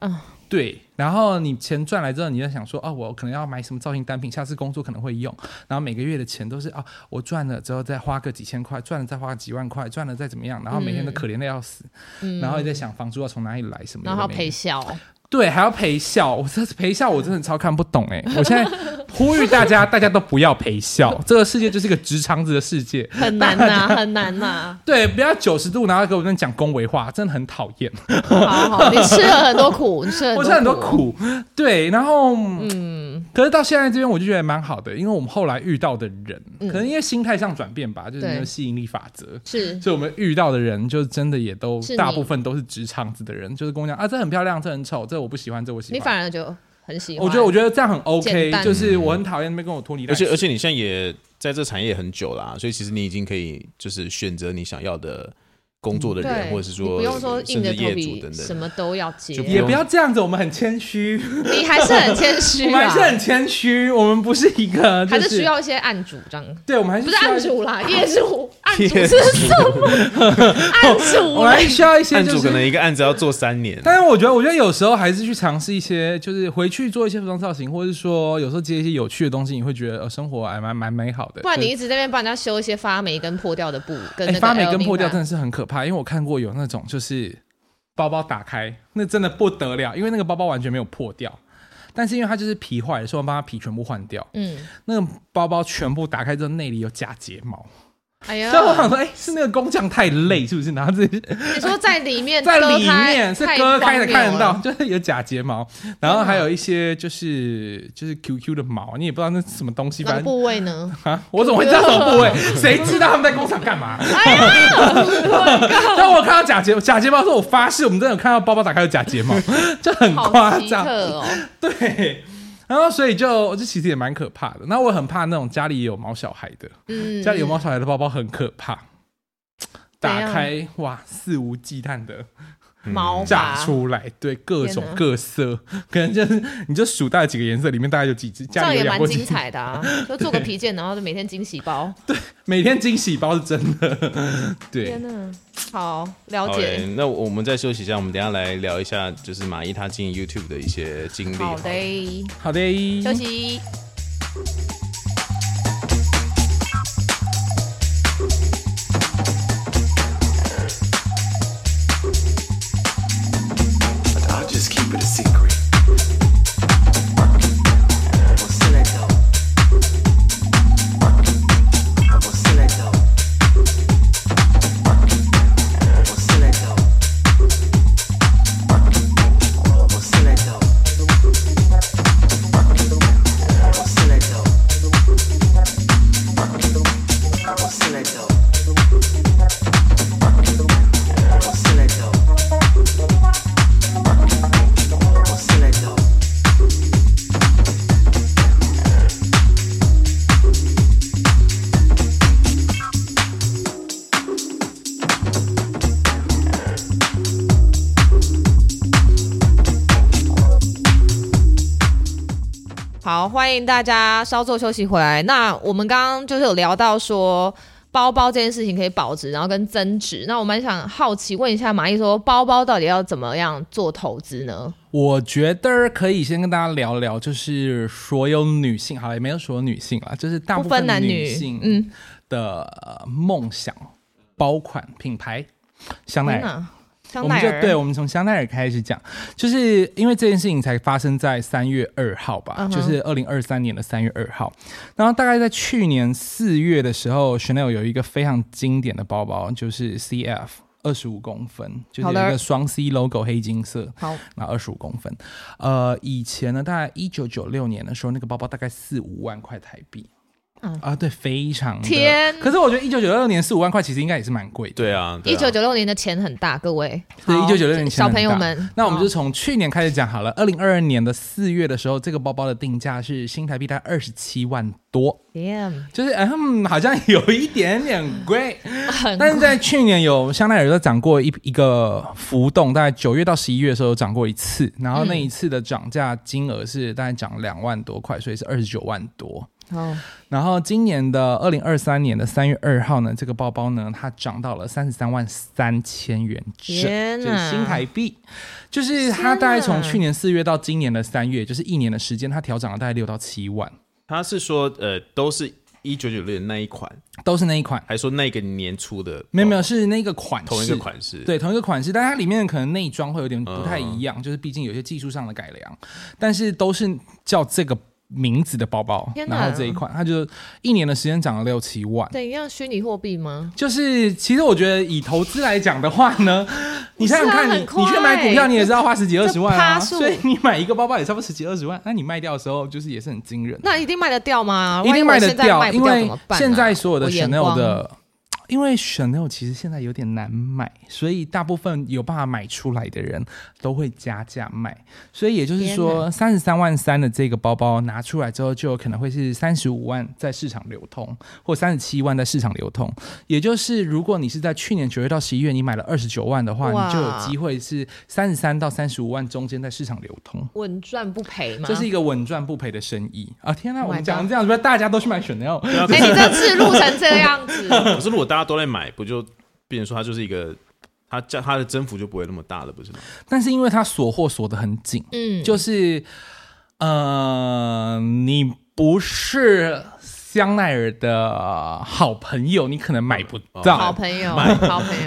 嗯，对，然后你钱赚来之后，你就想说，哦，我可能要买什么造型单品，下次工作可能会用，然后每个月的钱都是啊，我赚了之后再花个几千块，赚了再花几万块，赚了再怎么样，然后每天都可怜的要死，嗯然后也在想房租要从哪里来什么的，然后没的陪笑，对，还要陪笑，我这陪笑我真的超看不懂哎、 我现在呼吁大家，大家都不要陪 笑，这个世界就是一个直肠子的世界。很难呐，很难呐。对，不要九十度，然后给我们讲恭维话，真的很讨厌。好好，你吃了很多苦，你吃了我是很多苦，苦，对，然后嗯，可是到现在这边，我就觉得蛮好的，因为我们后来遇到的人，嗯可能因为心态上转变吧，就是那个对吸引力法则。是所以我们遇到的人，就真的也都是你大部分都是直肠子的人，就是跟我讲啊，这很漂亮，这很丑，这我不喜欢，这我喜你欢。反而就很喜欢。我觉得我觉得这样很简 OK，单就是我很讨厌那边跟我拖泥带而水，且而且你现在也在这产业很久啦、所以其实你已经可以就是选择你想要的工作的人，嗯对，或者是你说不用说甚硬至着头业主皮等什等。么都要接就，不也不要这样子，我们很谦虚，你还是很谦 我虚们还啊，是很谦虚，我们不是一个， 还就是需，要一些案主这样。对，我们还不是是需要案，主 啦，业主，案主业是主什么？案主欸我们还嘞，是需要一些案就主是可。能一个案子要做三年，但是我觉得，我觉得有时候还是去尝试一些，就是回去做一些服装造型，或者是说有时候接一些有趣的东西，你会觉得呃生活还蛮蛮美好的。不然你就一直在那边帮人家修一些发霉跟破掉的布，跟那哎个发霉跟 L 破掉领带真的是很可怕，因为我看过有那种就是包包打开，那真的不得了，因为那个包包完全没有破掉，但是因为它就是皮坏了，所以我帮它皮全部换掉。嗯，那个包包全部打开之后，内里有假睫毛。哎呀所，以我想说，哎、是那个工匠太累，是不是？然后自己 你说在里面在里割开面是太割开荒的，谬看得到，了就是有假睫毛，然后还有一些就是就是 QQ 的毛，你也不知道那是什么东西，哪个反正部位呢？啊，我怎么会知道什么 部位？谁知道他们在工厂干嘛？哎但我看到假睫假睫毛，说我发誓，我们真的有看到包包打开有假睫毛， 就很好 夸奇张。特哦，对，然后所以就这其实也蛮可怕的。那我很怕那种家里有毛小孩的，嗯，家里有毛小孩的包包很可怕。打样开哇，肆无忌惮的毛嗯炸吧出来，对各天种哪各色，可能就是你就数大概几个颜色，里面大概有几只，这家样里有也养蛮过几精彩的 啊！就做个皮件，然后就每天惊喜包。每天惊喜包是真的，对天。呐，好了好嘞解，，那我们再休息一下，我们等一下来聊一下，就是马伊他经营 YouTube 的一些经历。好好了嘞，好的，休息。 I'll just keep it a secret. Selecto. Selecto. Selecto. Selecto. Selecto. Selecto. Selecto. Selecto. 好，欢迎大家稍作休息回来。那我们刚刚就是有聊到说。包包这件事情可以保值，然后跟增值。那我蛮想好奇问一下马毅说，包包到底要怎么样做投资呢？我觉得可以先跟大家聊聊，就是所有女性，好，也没有所有女性啦，就是大部不分分男女女性嗯的呃梦想包款品牌香奈天儿。哪，香我们奈就儿对，我们从香奈儿开始讲，就是因为这件事情才发生在三月二号吧嗯哼就是二零二三年的三月二号。然后大概在去年四月的时候，Chanel 有一个非常经典的包包，就是 CF 二十五公分，就是好有的一个双 C logo 黑金色，好那二十五公分。呃，以前呢，大概一九九六年的时候，那个包包大概四五万块台币。嗯啊，对，非常的天可是我觉得一九九六年四五万块其实应该也是蛮贵的。对啊，对一啊九九六年的钱很大，各位。对，一好九九六年前小很朋友大们，那我们好就从去年开始讲好了。二零二二年的四月的时候，这个包包的定价是新台币大概二十七万多， Damn，就是嗯，好像有一点点贵。 很但是在去年有香奈儿有涨过一一个浮动，大概九月到十一月的时候有涨过一次，然后那嗯一次的涨价金额是大概涨两万多块，所以是二十九万多。好然后今年的二零二三年的三月二号呢，这个包包呢，它涨到了三十三万三千元整，天就哪是新台币，就是它天哪大概从去年四月到今年的三月，就是一年的时间，它调涨了大概六到七万，他是说，呃，都是一九九六那一款，都是那一款，还说那个年出的，哦没有没有，是那个款式，同一个款式，嗯对，同一个款式，但它里面可能内装会有点不太一样，就是毕竟有些技术上的改良，但是都是叫这个名字的包包天，哪然后这一款，它就一年的时间涨了六七万。等一样虚拟货币吗？就是，其实我觉得以投资来讲的话 呢，你想想看，不是啊很你快你去买股票，你也是要花十几二十万啊，这趴数所以你买一个包包也差不多十几二十万，那你卖掉的时候就是也是很惊人的，啊那一定卖得掉吗？一定万一我得现在掉，卖不因怎为么办啊现在所有的我眼 Chanel 光的，因为 Chanel 其实现在有点难买，所以大部分有办法买出来的人都会加价卖，所以也就是说，三十三万三的这个包包拿出来之后，就有可能会是三十五万在市场流通，或三十七万在市场流通。也就是，如果你是在去年九月到十一月你买了二十九万的话，哇你就有机会是三十三到三十五万中间在市场流通。稳赚不赔吗？这是一个稳赚不赔的生意啊！天哪， Oh my 我们讲 God 成这样，是不是大家都去买 Chanel？哎、你这次录成这样 子，可是如果大家都在买，不就变成说它就是一个，它价它的增幅就不会那么大了，不是吗？但是因为它锁货锁得很紧，嗯，就是呃，你不是香奈儿的好朋友，你可能买不到。好朋友，好朋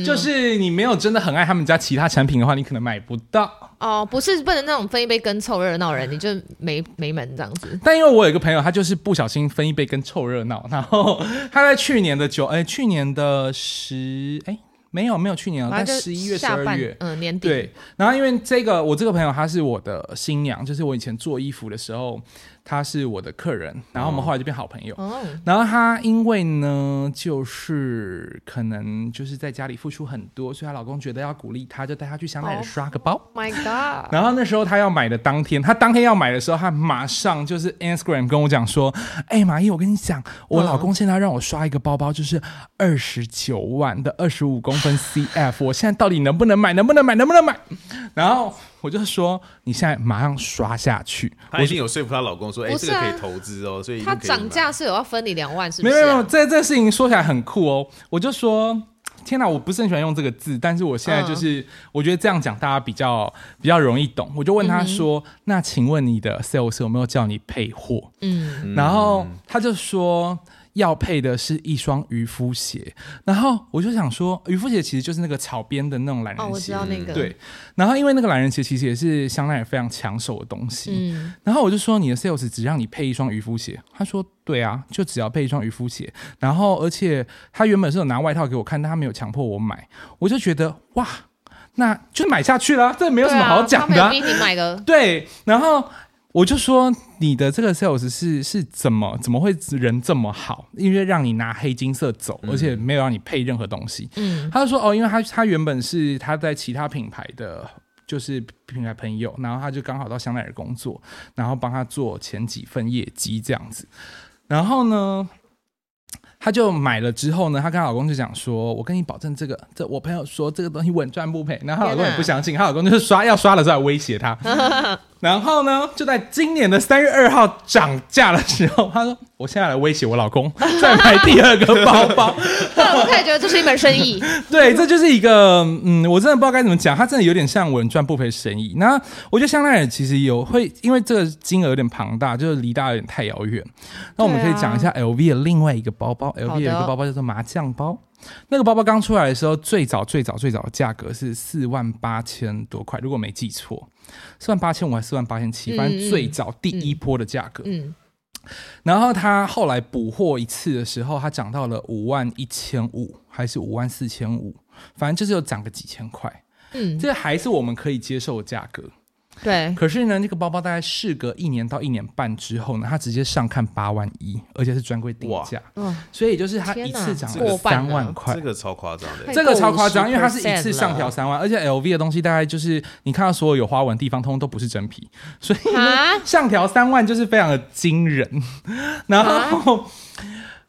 友，就是你没有真的很爱他们家其他产品的话，你可能买不到。哦，不是不能那种分一杯羹凑热闹人，你就没没门这样子。但因为我有一个朋友，他就是不小心分一杯羹凑热闹，然后他在去年的九哎、去年的十哎、没有没有去年了，反在正就十一月十下二半月，嗯、年底，对，然后因为这个，我这个朋友她是我的新娘，就是我以前做衣服的时候，他是我的客人，然后我们后来就变好朋友。哦，然后她因为呢，就是可能就是在家里付出很多，所以她老公觉得要鼓励她，就带她去香奈儿哦刷个包。 My God！然后那时候她要买的当天，她当天要买的时候，她马上就是 Instagram 跟我讲说：“哎、马毅，我跟你讲，我老公现在让我刷一个包包，就是二十九万的二十五公分 CF，我现在到底能不能买？能不能买？能不能买？”然后我就说：“你现在马上刷下去。”她一定有说服她老公说，哎、不这是个可啊以投资哦，所以一定他可以涨买价是有要分你两万，是不没是、有啊？没有，这这事情说起来很酷哦。我就说，天哪，我不是很喜欢用这个字，但是我现在就是，嗯我觉得这样讲大家比较比较容易懂。我就问他说：“那请问你的 sales 有没有叫你配货？”嗯，然后他就说。要配的是一双渔夫鞋，然后我就想说，渔夫鞋其实就是那个草编的那种懒人哦，鞋，我知道那个，对，，然后因为那个懒人鞋其实也是香奈儿非常抢手的东西，嗯然后我就说你的 sales 只让你配一双渔夫鞋，他说对啊，就只要配一双渔夫鞋。然后而且他原本是有拿外套给我看，但他没有强迫我买，我就觉得哇，那就买下去了，这没有什么好讲对的、啊他没有逼你买 个，对，然后我就说你的这个 sales 是是怎么怎么会人这么好？因为让你拿黑金色走，而且没有让你配任何东西。嗯，他就说哦，因为他他原本是他在其他品牌的。就是品牌朋友，然后他就刚好到香奈儿工作，然后帮他做前几份业绩这样子。然后呢，她就买了之后呢，她跟她老公就讲说：“我跟你保证，这个这我朋友说这个东西稳赚不赔。”然后她老公也不相信，她老公就是刷要刷了之后还威胁她。然后呢，就在今年的三月二号涨价的时候，她说：“我现在来威胁我老公再买第二个包包。”那啊我开始觉得这是一门生意， 对，这就是一个嗯，我真的不知道该怎么讲，它真的有点像稳赚不赔生意。那我觉得香奈儿其实有会，因为这个金额有点庞大，就是离大家有点太遥远。那我们可以讲一下 LV 的另外一个包包，LV 有一个包包叫做麻将包。那个包包刚出来的时候，最早最早最早的价格是四万八千多块，如果没记错，四万八千五还是四万八千七，反正最早第一波的价格。嗯，然后他后来补货一次的时候，他涨到了五万一千五，还是五万四千五，反正就是有涨个几千块，嗯，这还是我们可以接受的价格。对，可是呢，这个包包大概事隔一年到一年半之后呢，它直接上看八万一，而且是专柜定价，嗯，所以就是它一天哪次涨这了过半三了万块这。个超夸张的，太这个超夸张，因为它是一50%次上调三万，而且 LV 的东西大概就是你看到所有有花纹的地方，通通都不是真皮，所以啊呢， 上调三万就是非常的惊人。然后、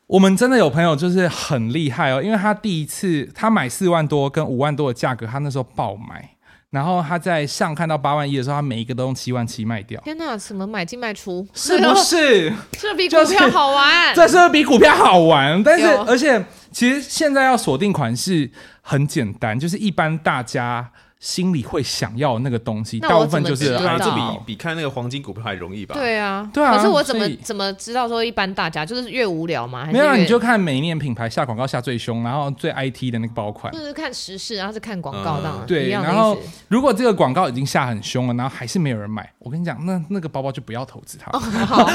我们真的有朋友就是很厉害哦，因为他第一次他买四万多跟五万多的价格，他那时候爆买，然后他在上看到八万一的时候，他每一个都用七万七卖掉，天哪，什么买进卖出，是不是？这比就股是票好玩？这是不是比股票好玩，但是有而且其实现在要锁定款式很简单，就是一般大家心里会想要的那个东西，那大我部分就是怎么知对道啊，爱这情比包比看那个黄金股票还容易吧？，对啊，对啊可是我怎么所以怎么知道说一般大家就是越无聊嘛？还没是有啊，越你就看每一年品牌下广告下最凶，然后最 IT 的那个包款就。是看时事，然后是看广告，嗯当然嗯对，一样的然意后思。如果这个广告已经下很凶了，然后还是没有人买，我跟你讲，那那个包包就不要投资它。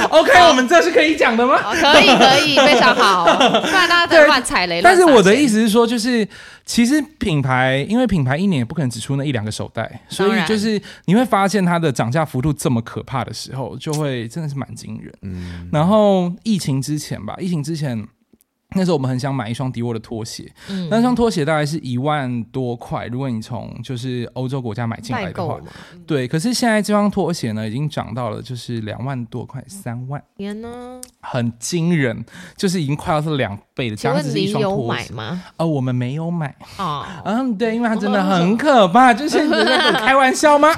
OK，我 们这是可以讲的吗？哦可以可以，非常好，不然大家在乱踩雷。但是我的意思，思是说，就是其实品牌，因为品牌一年也不可能只出那一两个手袋，所当以然就是你会发现它的涨价幅度这么可怕的时候，就会真的是蛮惊人。嗯，然后疫情之前吧，疫情之前。那时候我们很想买一双迪沃的拖鞋，嗯那双拖鞋大概是一万多块，如果你从就是欧洲国家买进来代的话购，嘛，嗯对。可是现在这双拖鞋呢，已经涨到了就是两万多块，三万，天呢？很惊人，就是已经快要是两倍的请价，问这是一你双有拖买鞋。吗？哦，我们没有买。 哦，嗯，对，因为它真的很可怕，就是你在 跟我开玩笑吗？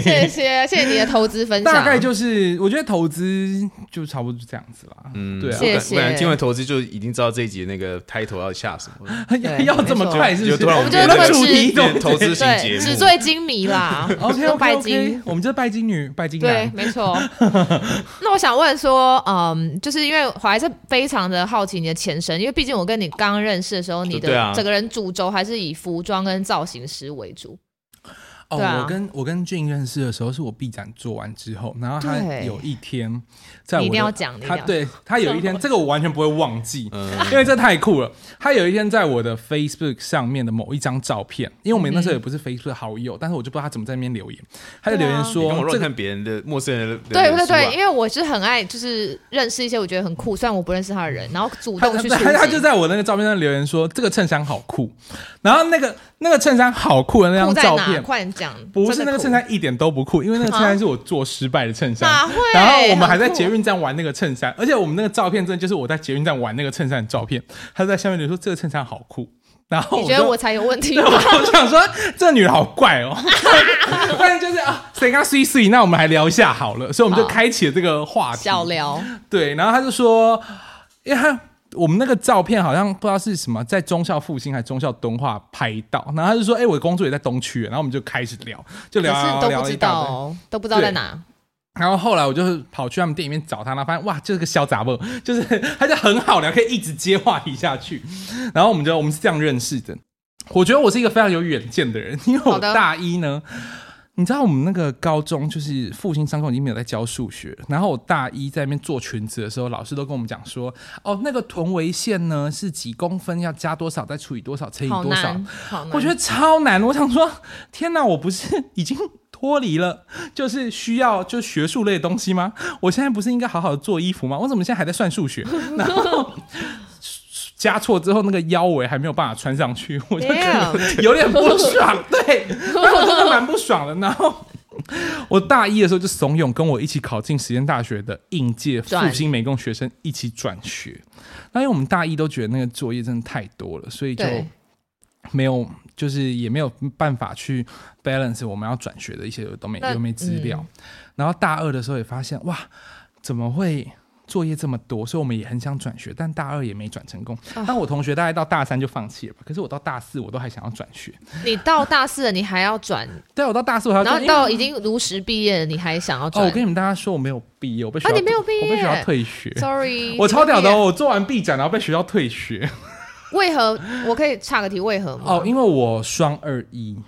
谢谢谢谢你的投资分享，大概就是，我觉得投资就差不多就这样子啦。嗯，对啊我。谢感谢本来听完投资就已经知道这一集那个 title 要下什么了，对 要这么快哦是不？就是突然我们我们就的这么主题直都变 投资型节对，目，纸醉金迷 啦， OK 都 OK 拜 OK，金。我们就是拜金女、拜金对，男。没错。 那我想问说，嗯，就是因为我还是非常的好奇你的前身，因为毕竟我跟你刚认识的时候，你对的啊整个人主轴还是以服装跟造型师为主。哦，对啊我跟我跟俊认识的时候，是我 B 展做完之后，然后他对有一天在我你一定要的讲你一定他要对他有 一天，这个我完全不会忘记，因为这太酷了。他有一天在我的 Facebook 上面的某一张照片，因为我们那时候也不是 Facebook 好友，但是我就不知道他怎么在那边留言，他就留言啊你跟我说这乱个看别人的陌生人的脸书啊。对对对，因为我是很爱，就是认识一些我觉得很 酷，虽然我不认识他的人，然后主他动去他出他他击就在我那个照片上留言说这个衬衫好酷，然后那个那个衬衫好酷的那张酷在照哪？片，快点讲，不真是那的个酷衬衫一点都不酷，因为那个衬衫是我做失败的衬衫哪会。然后我们还在很酷捷运站玩那个衬衫，而且我们那个照片真的就是我在捷运站玩那个衬衫的照片。他在下面留言说这个衬衫好酷，然后你觉得哦就我才有问题对，吗？ 我想说这女的好怪哦， 但是就是啊，谁跟她 C C，那我们还聊一下好了，所以我们就好开启了这个话题。小聊，对，然后他就说，因为他我们那个照片好像不知道是什么，在中校复兴还是中校敦化拍到，然后他就说，哎、我的工作也在东区，然后我们就开始聊，就可 聊是聊都聊不一知大道堆。哦，都不知道在哪。然后后来我就是跑去他们店里面找他，然后发现哇，这是个小杂货，就是他就很好聊，可以一直接话题下去。然后我们就我们是这样认识的。我觉得我是一个非常有远见的人，因为我好的大一呢，你知道我们那个高中就是复兴商工已经没有在教数学，然后我大一在那边做裙子的时候，老师都跟我们讲说，哦，那个臀围线呢是几公分，要加多少，再除以多少，乘以好多少难，，好难。我觉得超难。我想说，天哪，我不是已经脱离了，就是需要就学术类的东西吗？我现在不是应该好好的做衣服吗？我怎么现在还在算 数学？然后加错之后，那个腰围还没有办法穿 上去，我就觉得 Damn 有点不爽。 对，然后我真的蛮不爽的。然后。我大一的时候就怂恿跟我一起考进实验大学的应届复转兴美工学生一起转学，那因为我们大一都觉得那个作业真的太多了，所以就对没有，就是也没有办法去 balance 我们要转学的一些都没那嗯有没资料。然后大二的时候也发现，哇，怎么会作业这么多？所以我们也很想转学，但大二也没转成功。啊但我同学大概到大三就放弃了吧，可是我到大四我都还想要转学。你到大四了，你还要转，对，啊我到大四我还要然转后到已经如实毕业了，你还想要哦，转？我跟你们大家说，我没有毕业，我被学校、啊你没有毕业我被学校退学。 Sorry， 我超屌的你哦！我做完 B 展，然后被学校退学。不毕业。为何？我可以岔个题，为何吗？哦，因为我双二一，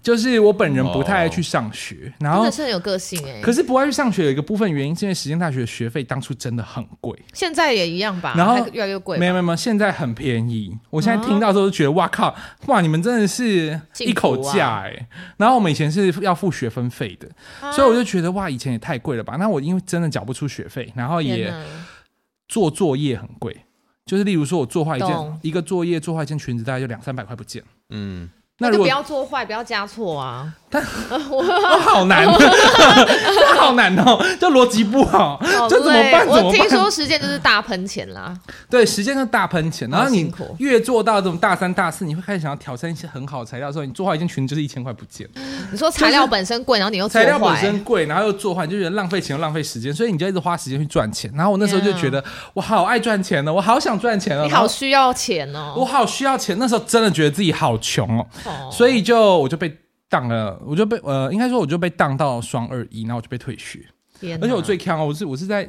就是我本人不太爱去上学，然啊真后的是很有个性哎。可是不爱去上学有一个部分原因，是因为实践大学的学费当初真的很贵，现在也一样吧，然后还越来越贵吧。没有没有没有，现在很便宜。我现在听到之后就觉得，哇靠，嗯哇你们真的是幸福啊一口价哎、啊然后我们以前是要付学分费的，所以我就觉得哇，以前也太贵了吧。那我因为真的缴不出学费，然后天也哪做作业很贵，就是例如说我做坏一懂件一个作业做坏一件裙子，大概就两三百块不见。嗯，那那如就果不要做坏，不要加错啊。哦， 好难，这好难哦，这逻辑不好，哦这怎么好累办？怎我么听办？说实践就是大喷钱啦，对，时间是大喷钱，然后好你辛苦越做到这种大三、大四，你会开始想要挑战一些很好的材料的时候，你做坏一件裙子就是一千块不见，你说材料本身贵，然后你又做材坏料本身贵，然后又做坏，你就觉得浪费钱又浪费时间，所以你就一直花时间去赚钱。然后我那时候就觉得我好爱赚钱哦，我好想赚钱哦，啊你然后好需要钱哦。我好需要钱，那时候真的觉得自己好穷哦，哦所以就我就被当了，我就被呃，应该说我就被当到双二一，然后我就被退学。天哪而且我最坑哦，我是我是在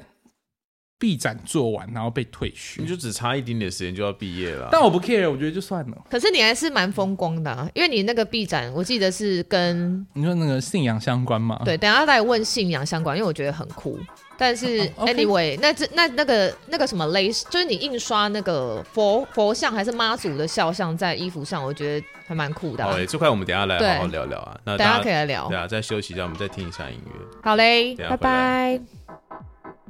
B 展做完，然后被退学你。就只差一点点时间就要毕业了。但我不 care，我觉得就算了。可是你还是蛮风光的、啊，因为你那个 B 展，我记得是跟你说那个信仰相关吗？，对，等一下再问信仰相关，因为我觉得很酷。但是哦，OK anyway，那这那那个那个什么勒，就是你印刷那个佛佛像还是妈祖的肖像在衣服上，我觉得还蛮酷的啊、好哦诶，这块我们等一下来对好好聊聊啊。那等一大下家可以来聊对。啊，再休息一下，我们再听一下音乐。好嘞，等一下回拜来拜。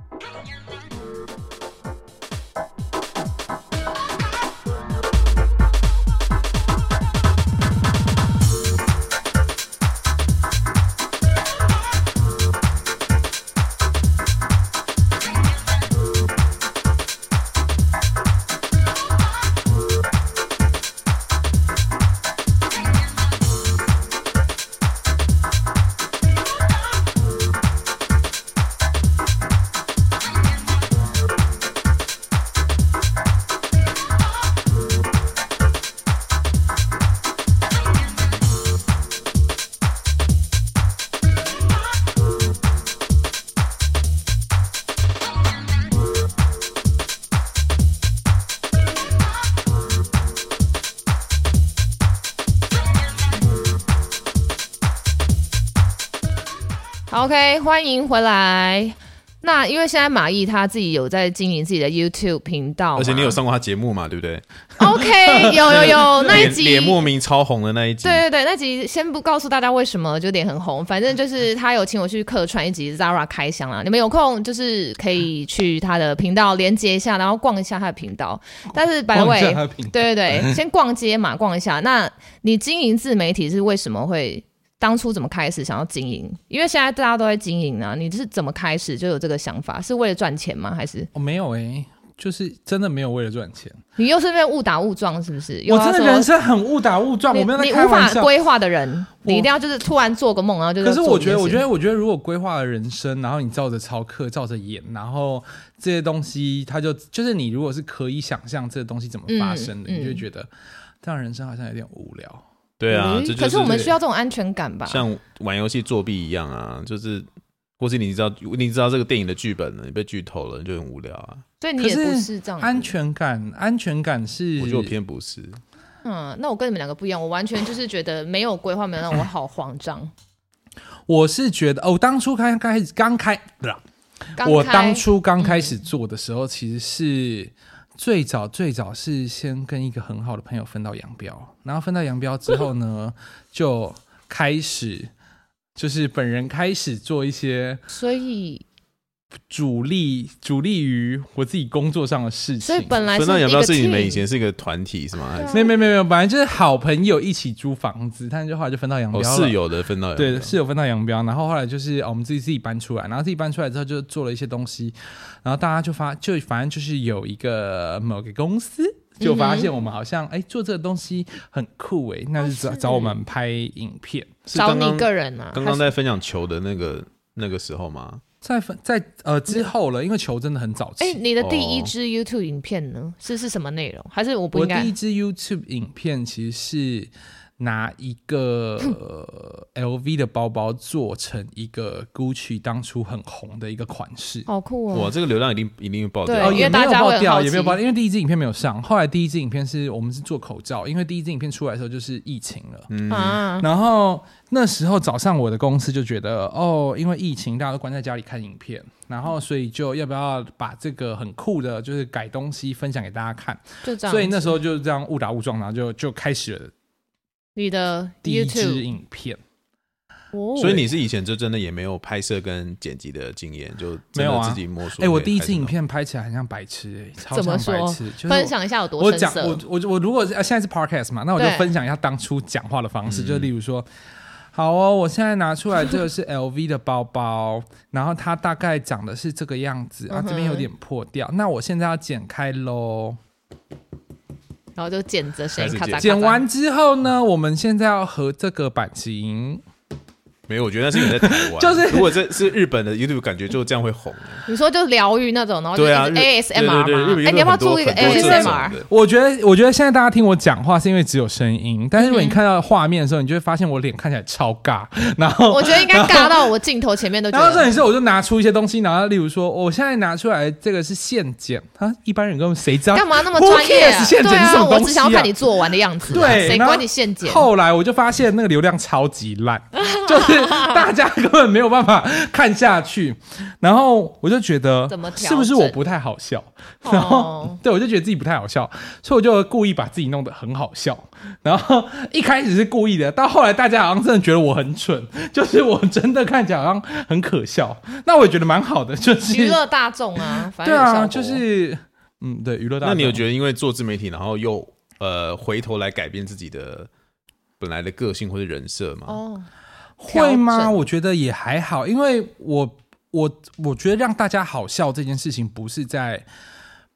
Thank OK，欢迎回来。那因为现在马毅他自己有在经营自己的 YouTube 频道嘛，而且你有上过他节目嘛，对不对？ OK，有有有哦那一脸集脸莫名超红的那一集，对对对，那集先不告诉大家为什么就脸很红，反正就是他有请我去客串一集 Zara 开箱啊啦。你们有空就是可以去他的频道连接一下，然后逛一下他的频道。但是 by the 逛一 way，下他的频道对对对， 先逛街嘛，逛一下。那你经营自媒体是为什么会当初怎么开始想要经营？因为现在大家都在经营啊，你是怎么开始就有这个想法？是为了赚钱吗？还是我、没有哎、就是真的没有为了赚钱，你又是被误打误撞？是不是？又我要真的说人生很误打误撞，啊你啊我没有在你开无玩法笑。规划的人，你我一定要就是突然做个梦，然后就可是做我一觉得，件我事觉得，我觉得，如果规划了人生，然后你照着操课，照着演，然后这些东西，它就就是你如果是可以想象这个东西怎么发生的，嗯嗯你就会觉得这样人生好像有点无聊。对啊，嗯这就可是我们需要这种安全感吧？像玩游戏作弊一样啊，就是或是你知道你知道这个电影的剧本了，你被剧透了，你就很无聊啊。所以你可也不是这样安。全感，安全感是，我觉得我偏不是，嗯，那我跟你们两个不一样，我完全就是觉得没有规划，没有让我好慌张。我是觉得，哦，我当初开开始刚开，不是啊刚我开嗯当初刚开始做的时候，其实是最早最早是先跟一个很好的朋友分道扬镳，然后分道扬镳之后呢，就开始就是本人开始做一些所以主力主力于我自己工作上的事情。所以本来所是以那有没有是一个你们 team 以前是一个团体是吗？还是没有没有没有没有，本来就是好朋友一起租房子，但是后来就分道扬镳哦了。室友的分到对，是有分道扬镳。然后后来就是、哦我们自己自己搬出来，然后自己搬出来之后就做了一些东西，然后大家就发就反正就是有一个某个公司。嗯就发现我们好像哎、做这个东西很酷哎、那就找、找我们拍影片，是找刚你刚一个人啊？刚刚在分享球的那个那个时候吗？在分在呃之后了，因为球真的很早期。哎，你的第一哦支 YouTube 影片呢？是是什么内容？还是我不我应第该一？支 YouTube 影片其实是拿一个、呃 LV 的包包做成一个 Gucci 当初很红的一个款式，好酷哇，哦！这个流量一定一定会爆对掉啊。因哦，为也没大有家会爆很好掉，奇也没有爆掉，因为第一支影片没有上，后来第一支影片是我们是做口罩，因为第一支影片出来的时候就是疫情了。嗯啊，然后那时候早上我的公司就觉得，哦，因为疫情大家都关在家里看影片，然后所以就要不要把这个很酷的，就是改东西分享给大家看，就这样子。所以那时候就这样误打误撞，然后就就开始了你的第一支 YouTube，影片。哦所以你是以前就真的也没有拍摄跟剪辑的经验，就没真有的啊自己摸索。哎、我第一支影，片拍起来很像白痴、哎，超怎像么白说痴，就是？我分享一下有多我深讲色？我我我如果是、呃、现在是 podcast 嘛，那我就对分享一下当初讲话的方式，就例如说。好哦，我现在拿出来这个是 LV 的包包，然后它大概长得是这个样子啊，这边嗯有点破掉。那我现在要剪开喽，然后就剪着声音开始咔嚓咔嚓，剪完之后呢，我们现在要合这个版型。没有，我觉得那是你在台湾。 就是如果这是日本的 YouTube，感觉就这样会红。啊你说就疗愈那种，然后哦就对啊一直日 ASMR 嘛，对对对日本哎、你要不要很多做一个很多这种 ASMR？的我觉得，我觉得现在大家听我讲话是因为只有声音，但是嗯如果你看到画面的时候，你就会发现我脸看起来超尬，然后我觉得应该尬到我镜头前面都觉然后重得。点是，我就拿出一些东西，然后例如说，我现在拿出来这个是现剪啊，一般人根本谁知 道干嘛那么专业、 Who cares 现对剪是什啊，么东西、我只想要看你。做完的样子、啊。对，谁然后管你现剪？哦后来我就发现那个流量超级烂， 就是大家根本没有办法看下去。然后我就觉得怎么，调整是不是我不太好笑？然后、哦对我就觉得自己不太好笑，所以我就故意把自己弄得很好笑。然后一开始是故意的，到后来大家好像真的觉得我很蠢，就是我真的看起来好像很可笑。那我也觉得蛮好的，就是 娱乐大众 啊，反对正有效啊，果就是嗯，对娱乐大众。那你有觉得因为做自媒体，然后又呃回头来改变自己的呃本来的个性或者人设吗？ 哦，会调吗？整我觉得也还好，因为我我我觉得让大家好笑这件事情不是在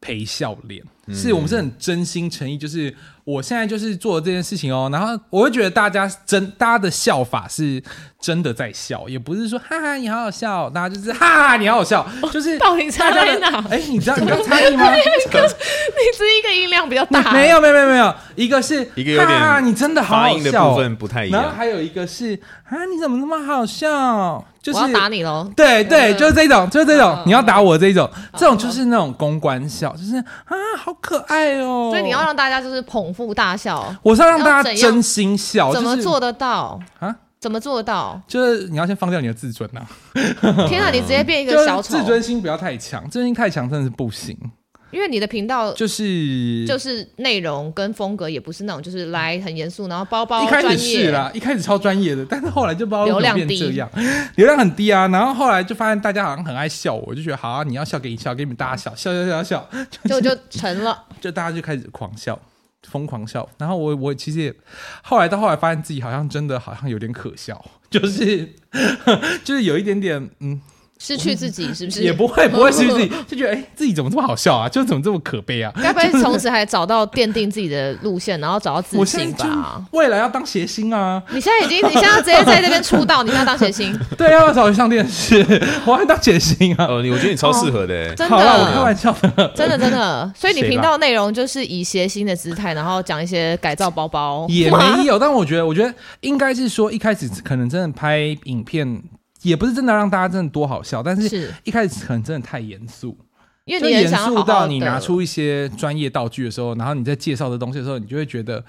陪笑脸，嗯是我们是很真心诚意，就是我现在就是做这件事情哦，然后我会觉得大家真大家的笑法是真的在笑，也不是说哈哈你好好笑，大家就是哈哈你好好笑，就是到底差大家在的哪哎，你知道你知道差异吗？ 你只是一个音量比较大，没有没有没有没有，一个是一个有点啊，你真的好发好音的笑哦部分不太一样然后还有一个是啊，你怎么那么好笑？就是我要打你嗯喽。对对，就是这种，就是这种，你要打我这种，嗯这种好就是那种公关笑，就是啊，好可爱哦。所以你要，让大家就是捧腹大笑，我是要让要大家怎样真心笑，怎么就是做得到？啊？？怎么做到 就是你要先放掉你的自尊呐、天啊，你直接变一就个是小丑自，尊心不要太强，自尊心太强真的是不行。因为你的频道就是就是内容跟风格也不是那种就是来很严肃，然后包包一开始专是业，啦，一开始超专业的，但是后来就不知道为什流么量变低这样，流量很低啊。然后后来就发现大家好像很爱笑我，就觉得好、啊，你要笑给你笑，给你们大家笑，笑笑笑笑，就就成了。就大家就开始狂笑，疯狂笑。然后我我其实也后来到后来发现自己好像真的好像有点可笑， 就是就是有一点点嗯，失去自 己是不是？嗯 也不会不会是自己就觉得哎、自己怎么这么好笑啊，就怎么这么可悲啊。该不会从此还找到奠定自己的路线，然后找到自我信现在吧？就未来要当谐星啊，你现在已经，你现在要直接在这边出道，你现在当谐 星，对，啊要找我上电视， 我要当谐星啊。哦，你我觉得你超适合的、欸，真好了，我开的，玩笑的。真的真的。所以你谁吧频道内容就是以谐星的姿态，然后讲一些改造包包，也没有，但我觉得，我觉得应该是说，一开始可能真的拍影片，也不是真的让大家真的多好笑，但是是一开始可能真的太严肃，因就为你很严想要好肃好到地你拿出一些专业道具的时候，然后你在介绍的东西的时候，你就会觉得，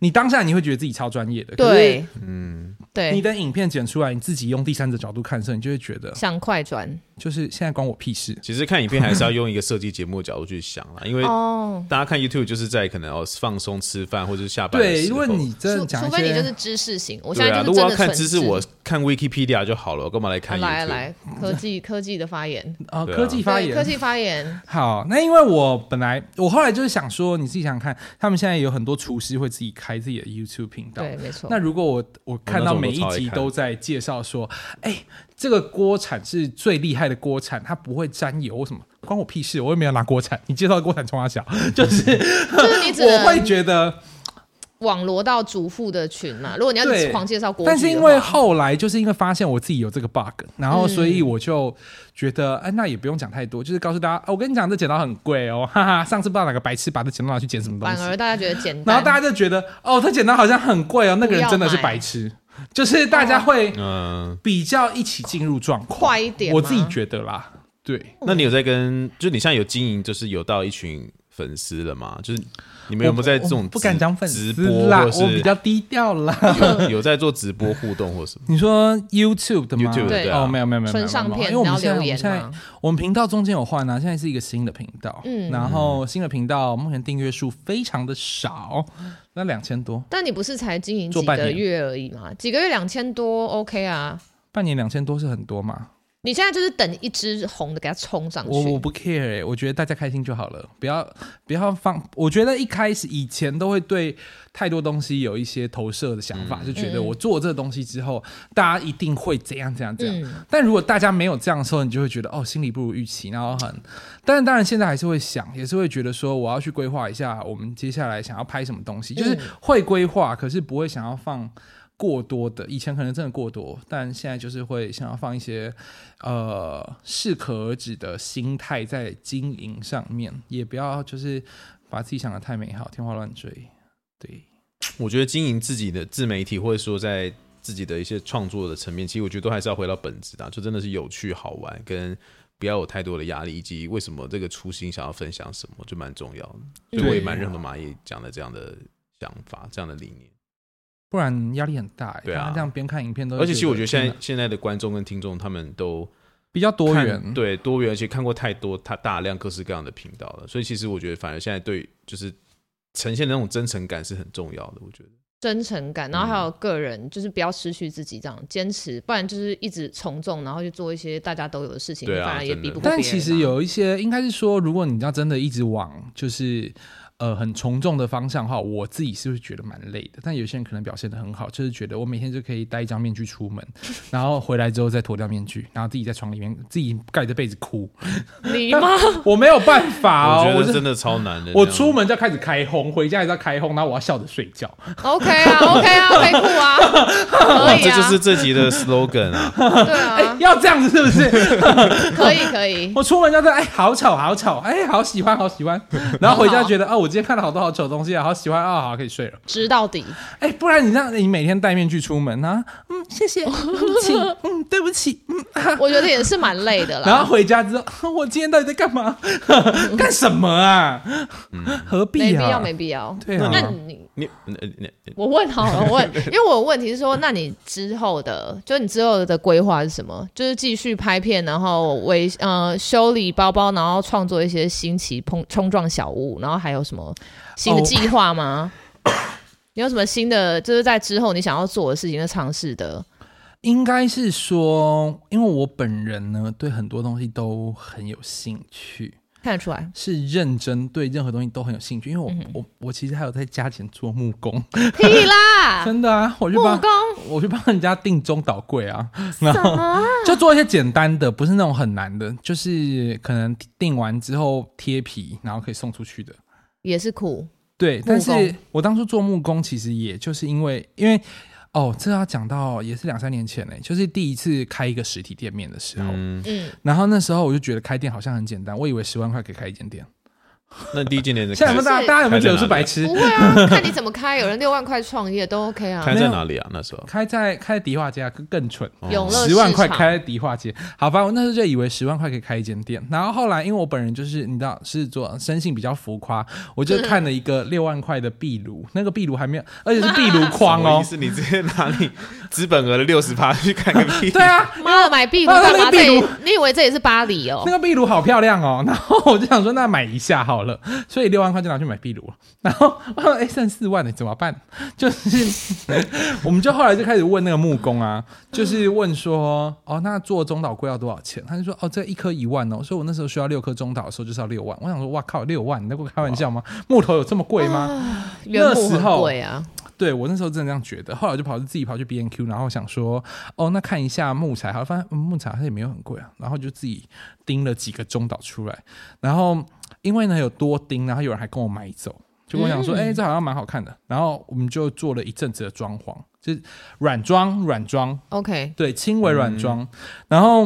你当下你会觉得自己超专业的，可是对，嗯，你对，的影片剪出来，你自己用第三者角度看的时候，你就会觉得，想快转就是现在关我屁事。其实看影片还是要用一个设计节目的角度去想啦，因为哦。大家看 YouTube 就是在可能哦放松、吃饭或者是下班的时候。对，如果你真除的讲除一非你就些是知识型，我现对在啊，就如是果要真的看纯知识，我看 Wikipedia 就好了，我干嘛来看 YouTube？来 来科技科技的发言，啊对啊科技发对言科，技发 言，好，那因为我本来我后来就是想说，你自己想想看，他们现在有很多厨师会自己开自己的 YouTube 频道。对，没错那。如果我我看到每一我那时候都超爱集看都在介绍说，哎、这个锅铲是最厉害的锅铲，它不会沾油，为什么关我屁事？我又没有拿锅铲，你介绍的锅铲冲 他小，就是就是你只我会能觉得，网罗到主妇的群嘛。如果你要对狂介绍国剧的话，但是因为后来就是因为发现我自己有这个 bug，然后所以我就觉得，哎、那也不用讲太多，就是告诉大家，啊我跟你讲，这剪刀很贵哦， 哈哈，上次不知道哪个白痴把这剪刀拿去剪什么东西，反而大家觉得简单，然后大家就觉得，哦，他剪刀好像很贵哦，那个人真的是不要买白痴，就是大家哦会嗯，比较一起进入状况，快一点吗我自己觉得啦，对，那你有在跟，就你现在有经营，就是有到一群粉丝了吗？就是你们有没有在这我种不敢讲粉直丝直播，啦，或是我比较低调啦。 有有在做直播互动或什么？你说 YouTube 的吗 YouTube 的对啊哦，没有没有没有，没有纯上片没有因为我然们后现在留我们言现在嘛我们频道中间有换啊，现在是一个新的频道，嗯嗯，然后新的频道目前订阅数非常的少，那两千多，但你不是才经营做几半个年月而已嘛？几个月两千多，OK 啊？半年两千多是很多嘛？你现在就是等一只红的给它冲上我我去，不 care，、欸、我觉得大家开心就好了，不要不要放。我觉得一开始以前都会对太多东西有一些投射的想法，就觉嗯得我做这东西之后，大家一定会怎样怎样怎嗯样。但如果大家没有这样的时候，你就会觉得哦，心里不如预期，然后很。但是当然现在还是会想，也是会觉得说我要去规划一下我们接下来想要拍什么东嗯西，就是会规划，可是不会想要放。过多的，以前可能真的过多，但现在就是会想要放一些呃适可而止的心态在经营上面，也不要就是把自己想的太美好，天花乱坠。对，我觉得经营自己的自媒体，或者说在自己的一些创作的层面，其实我觉得都还是要回到本质的啊，就真的是有趣好玩，跟不要有太多的压力，以及为什么这个初心想要分享什么，就蛮重要的。所以我也蛮认同马毅讲的这样的想法，这样的理念。不然压力很大、欸。对啊大家这样边看影片都，而且其实我觉得现在天哪现在的观众跟听众他们都比较多看元，，对多元，而且看过太多他大量各式各样的频道了，所以其实我觉得反而现在对就是呈现的那种真诚感是很重要的，我觉得。真诚感，然后还有个人，就是不要失去自己，这样坚持，不然就是一直从众，然后去做一些大家都有的事情，对啊反而也真的比不过别人啊。但其实有一些应该是说，如果你要真的一直往就是。呃，很从众的方向的话，我自己是会觉得蛮累的。但有些人可能表现的很好，就是觉得我每天就可以戴一张面具出 门，然后回来之后再脱掉面具，然后自己在床里面自己盖着被子哭。你吗？ 我没有办法哦，我我觉得是真的超难的。我那样出门就要开始开轰，回家也在开轰，然后我要笑着睡 觉。 OK 啊，OK 啊，OK 酷啊，可哇，以这啊，就是这集的 slogan 啊！对哎、啊，要这样子是不是？ 可以可以，我出门就在哎、好吵，好吵，哎、好喜欢，好喜 欢。然后回好家好觉得哦，我今天看了好多好丑的东西啊，好喜欢啊、好可以睡了。直到底。哎、不然你让你每天戴面具出 门啊？嗯，谢谢，嗯请，嗯，对不起，嗯。我觉得也是蛮累的然啦。后回家之后， 我今天到底在干 嘛？干什么啊？何没必必啊要，？没必要。对啊那你你你你我问好了，我问，因为我的问题是说，那你之后的，就你之后的规划是什么？就是继续拍片，然后维呃修理包包，然后创作一些新奇碰冲撞小物，然后还有什么新的哦计划吗？你有什么新的，就是在之后你想要做的事情的尝试的？应该是说，因为我本人呢，对很多东西都很有兴趣，看得出 来，是认真对任何东西都很有兴趣。因为我、嗯我我其实还有在家前做木工，屁啦， 真的啊，我去木帮工我去帮人家订中岛柜啊，然什后么？ 就做一些简单的，不是那种很难的，就是可能订完之后贴皮，然后可以送出去的。也是苦，对，但是工我当初做木工，其实也就是因为，因为哦，这要讲到也是两三年前呢，就是第一次开一个实体店面的时候，嗯，嗯，然后那时候我就觉得开店好像很简单，我以为十万块可以开一间店。那第一间店是现在有开没有大是家大家有没有觉得我开在哪是白里痴不？会啊，看你怎么开，有人六万块创业都 OK 啊开，在哪里啊？那时候开在开在迪化街啊，更更蠢。永乐十万市块场开在迪化街，好吧，我那时候就以为十万块可以开一间店，然后后来因为我本人就是你知道是做生性比较浮夸，我就看了一个六万块的壁炉，那个壁炉还没有，而且是壁炉框 什么哦意，思你直接拿你资本额的六十趴去看个屁？ 对，啊，妈的买壁炉啊干那嘛？个这壁炉里你以为这里是巴黎哦那？个壁炉好漂亮哦，然后我就想说那买一下好了，所以六万块就拿去买壁炉了，然后我说哎剩四万了怎么办？ 就是 我们就后来就开始问那个木工啊，就是问说哦那做中岛龟要多少钱？他就说哦这一颗一万哦，所以我那时候需要六颗中岛的时候就是要六万，我想说哇靠六万你在跟我开玩笑吗？木头有这么贵吗？原那木时很候贵啊，对我那时候真的这样觉得，后来我就跑去自己跑去 B N Q，然后想说哦那看一下木材，好发现、嗯木材好像也没有很贵啊，然后就自己钉了几个中岛出来，然后因为呢有多钉，然后有人还跟我买走，就跟我讲说，哎、这好像蛮好看的。然后我们就做了一阵子的装潢，就是软装，软装， OK，对，轻微软装。然后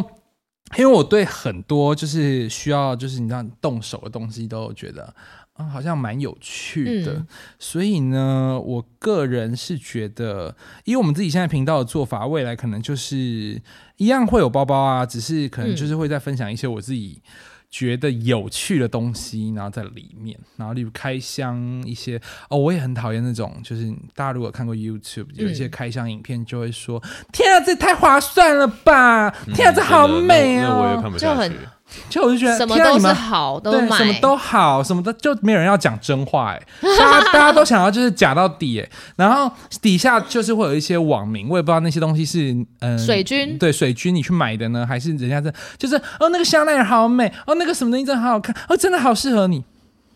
因为我对很多就是需要就是你知道动手的东西都觉得。啊、好像蛮有趣的，嗯所以呢，我个人是觉得，以我们自己现在频道的做法，未来可能就是一样会有包包啊，只是可能就是会再分享一些我自己觉得有趣的东西，然后在里面，然后例如开箱一些哦，我也很讨厌那种，就是大家如果看过 YouTube 有一些开箱影片，就会说：“天啊，这太划算了吧！天啊，这好美嗯那我也哦看！”不就下很去。就我就觉得什么天啊都你是们好，都对，买，什么都好，什么的，就没有人要讲真话哎、大家大家都想要就是假到底哎、然后底下就是会有一些网民，我也不知道那些东西是嗯、呃水军对水军你去买的呢，还是人家在就是哦那个香奈儿好美哦那个什么东西真的好好看哦真的好适合你，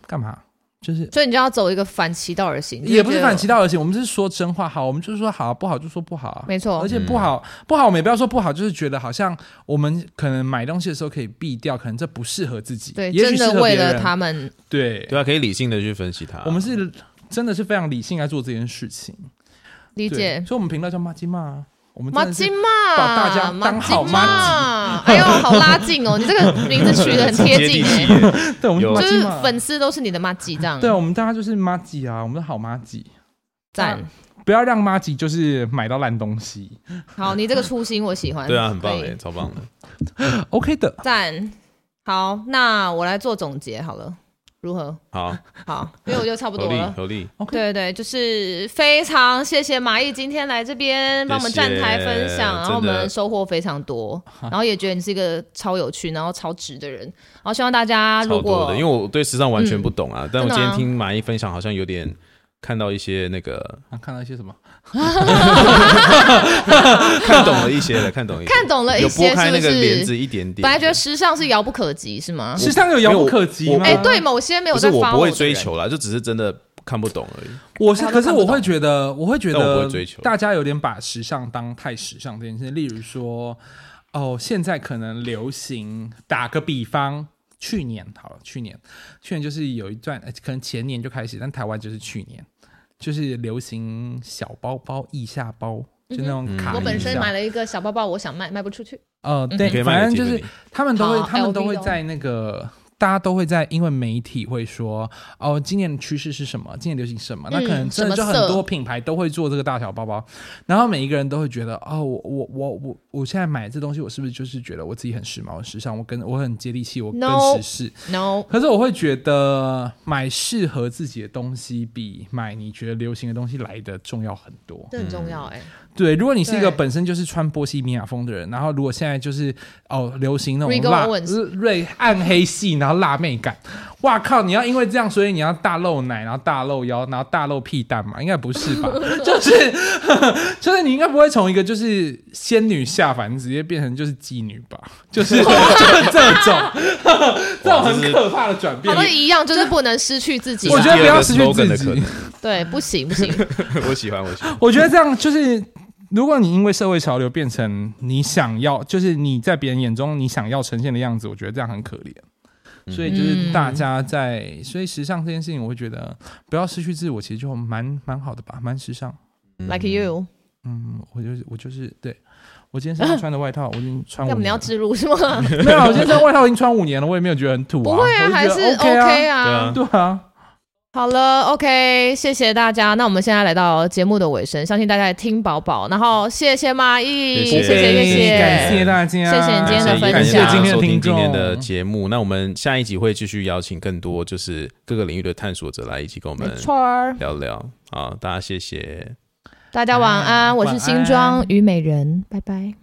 干嘛？就是所以你就要走一个反其道而行，也不是反其道，道而行，我们是说真话好，我们就是说好，不好就说不好啊，没错而且不好、嗯不好，我们也不要说不好，就是觉得好像我们可能买东西的时候可以避掉，可能这不适合自己，对，也真许适的合为别了人他们，对对啊，可啊以理性的去分析它。我们是真的是非常理性来做这件事情，理理解。所以，我们频道叫妈鸡骂，我们真马的金是嘛，把大家当好马金嘛，哎呦，好拉近哦！你这 个名字取得 很贴近哎、对，我们有妈就鸡是骂，粉丝都是你的马吉这样，对，我啊们大家就是妈鸡啊，我们是好妈鸡，赞。不要让妈鸡就是买到烂东西好，你这个初心我喜欢，对啊，很棒可以哎，超棒的。 ，OK 的。赞。好，那我来做总结好了，如何？好，好，因为我就差不合多力了。合力， 对对，就是非常谢谢马毅今天来这边帮我们站台分享，然后我真的们收获非 常多，然后也觉得你是一个超有趣，然后超值的人，然后希望大家超啊多如果的，因为我对时尚完全不懂啊，但我真的今啊天听马伊分享，好像有点看到一些那 个啊，看到一些什么？看懂了一些了，看懂一些，看懂了一有些拨开是不那个帘子是？一点点。本来觉得时尚是遥不可及是吗？时尚有遥不可及吗？我哎、对，某些没有啊不是在我发不会追，求啦，就只是真的看不懂而已。我是，可是我会觉得，我会觉但我不得会追求，大家有点把时尚当太时尚这件事。例如说，哦，现在可能流行，打个比方，去年好了，去年，去年就是有一段，呃可能前年就开始，但台湾就是去年，就是流行小包包、腋下包，就那种卡、嗯我本啊身买，了嗯一个小包包，我想卖，卖不出去。呃，对你可以，卖反给正就 Tiffany 是他们都好会，他们都 LV 会咯在那个大家都会在因为媒体会说哦，今年的趋势是什么，今年流行什么，那可能嗯真的什就么很色多品牌都会做这个大小包包，然后每一个人都会觉得哦，我我我我我现在买这东西，我是不是就是觉得我自己很时髦、很时尚，我跟我很接地气，我 No 跟时事。 No，可是我会觉得买适合自己的东西比买你觉得流行的东西来的重要很多。这很重要哎、嗯对，如果你是一个对本身就是穿波西米亚风的人，然后如果现在就是哦流行那 Regal 种辣呃 Owens 瑞暗黑系，然后辣妹感，哇靠！你要因为这样，所以你要大露奶，然后大露腰，然后大露屁蛋嘛？应该不是 吧？就是 就是你应该不会从一个就是仙女下凡直接变成就是妓女吧？就是 就是这种 这种很可怕的转变好。像一样，就是不能失去自己这啦。是我觉第得二不要个失去 slogan 自的可己能。 对，不行不行，我喜欢，我喜欢。我觉得这样就是，如果你因为社会潮流变成你想要，就是你在别人眼中你想要呈现的样子，我觉得这样很可怜。嗯所以就是大家在，所以时尚这件事情，我会觉得不要失去自我，其实就蛮蛮好的吧，蛮时尚。 Like you，嗯，我就是我就是对。我今天身上穿的外套，我已经穿五嗯要不年你要了。植入是吗？ 没有啊，我今天这件外套已经穿五年了，我也没有觉得很土啊。不会我啊，就还觉得是 OK 啊。对啊啊。对啊，好了，OK，谢谢大家。那我们现在来到节目的尾声，相信大家也听饱饱。然后谢谢蚂蚁，谢谢谢谢谢感谢大家，谢谢你今天的分享嗯感感谢谢大今家天收的听听今众天的节目。那我们下一集会继续邀请更多就是各个领域的探索者来一起跟我没们错儿，聊聊。好，大家谢谢。大家晚安，我是新晚庄安虞美人，拜拜。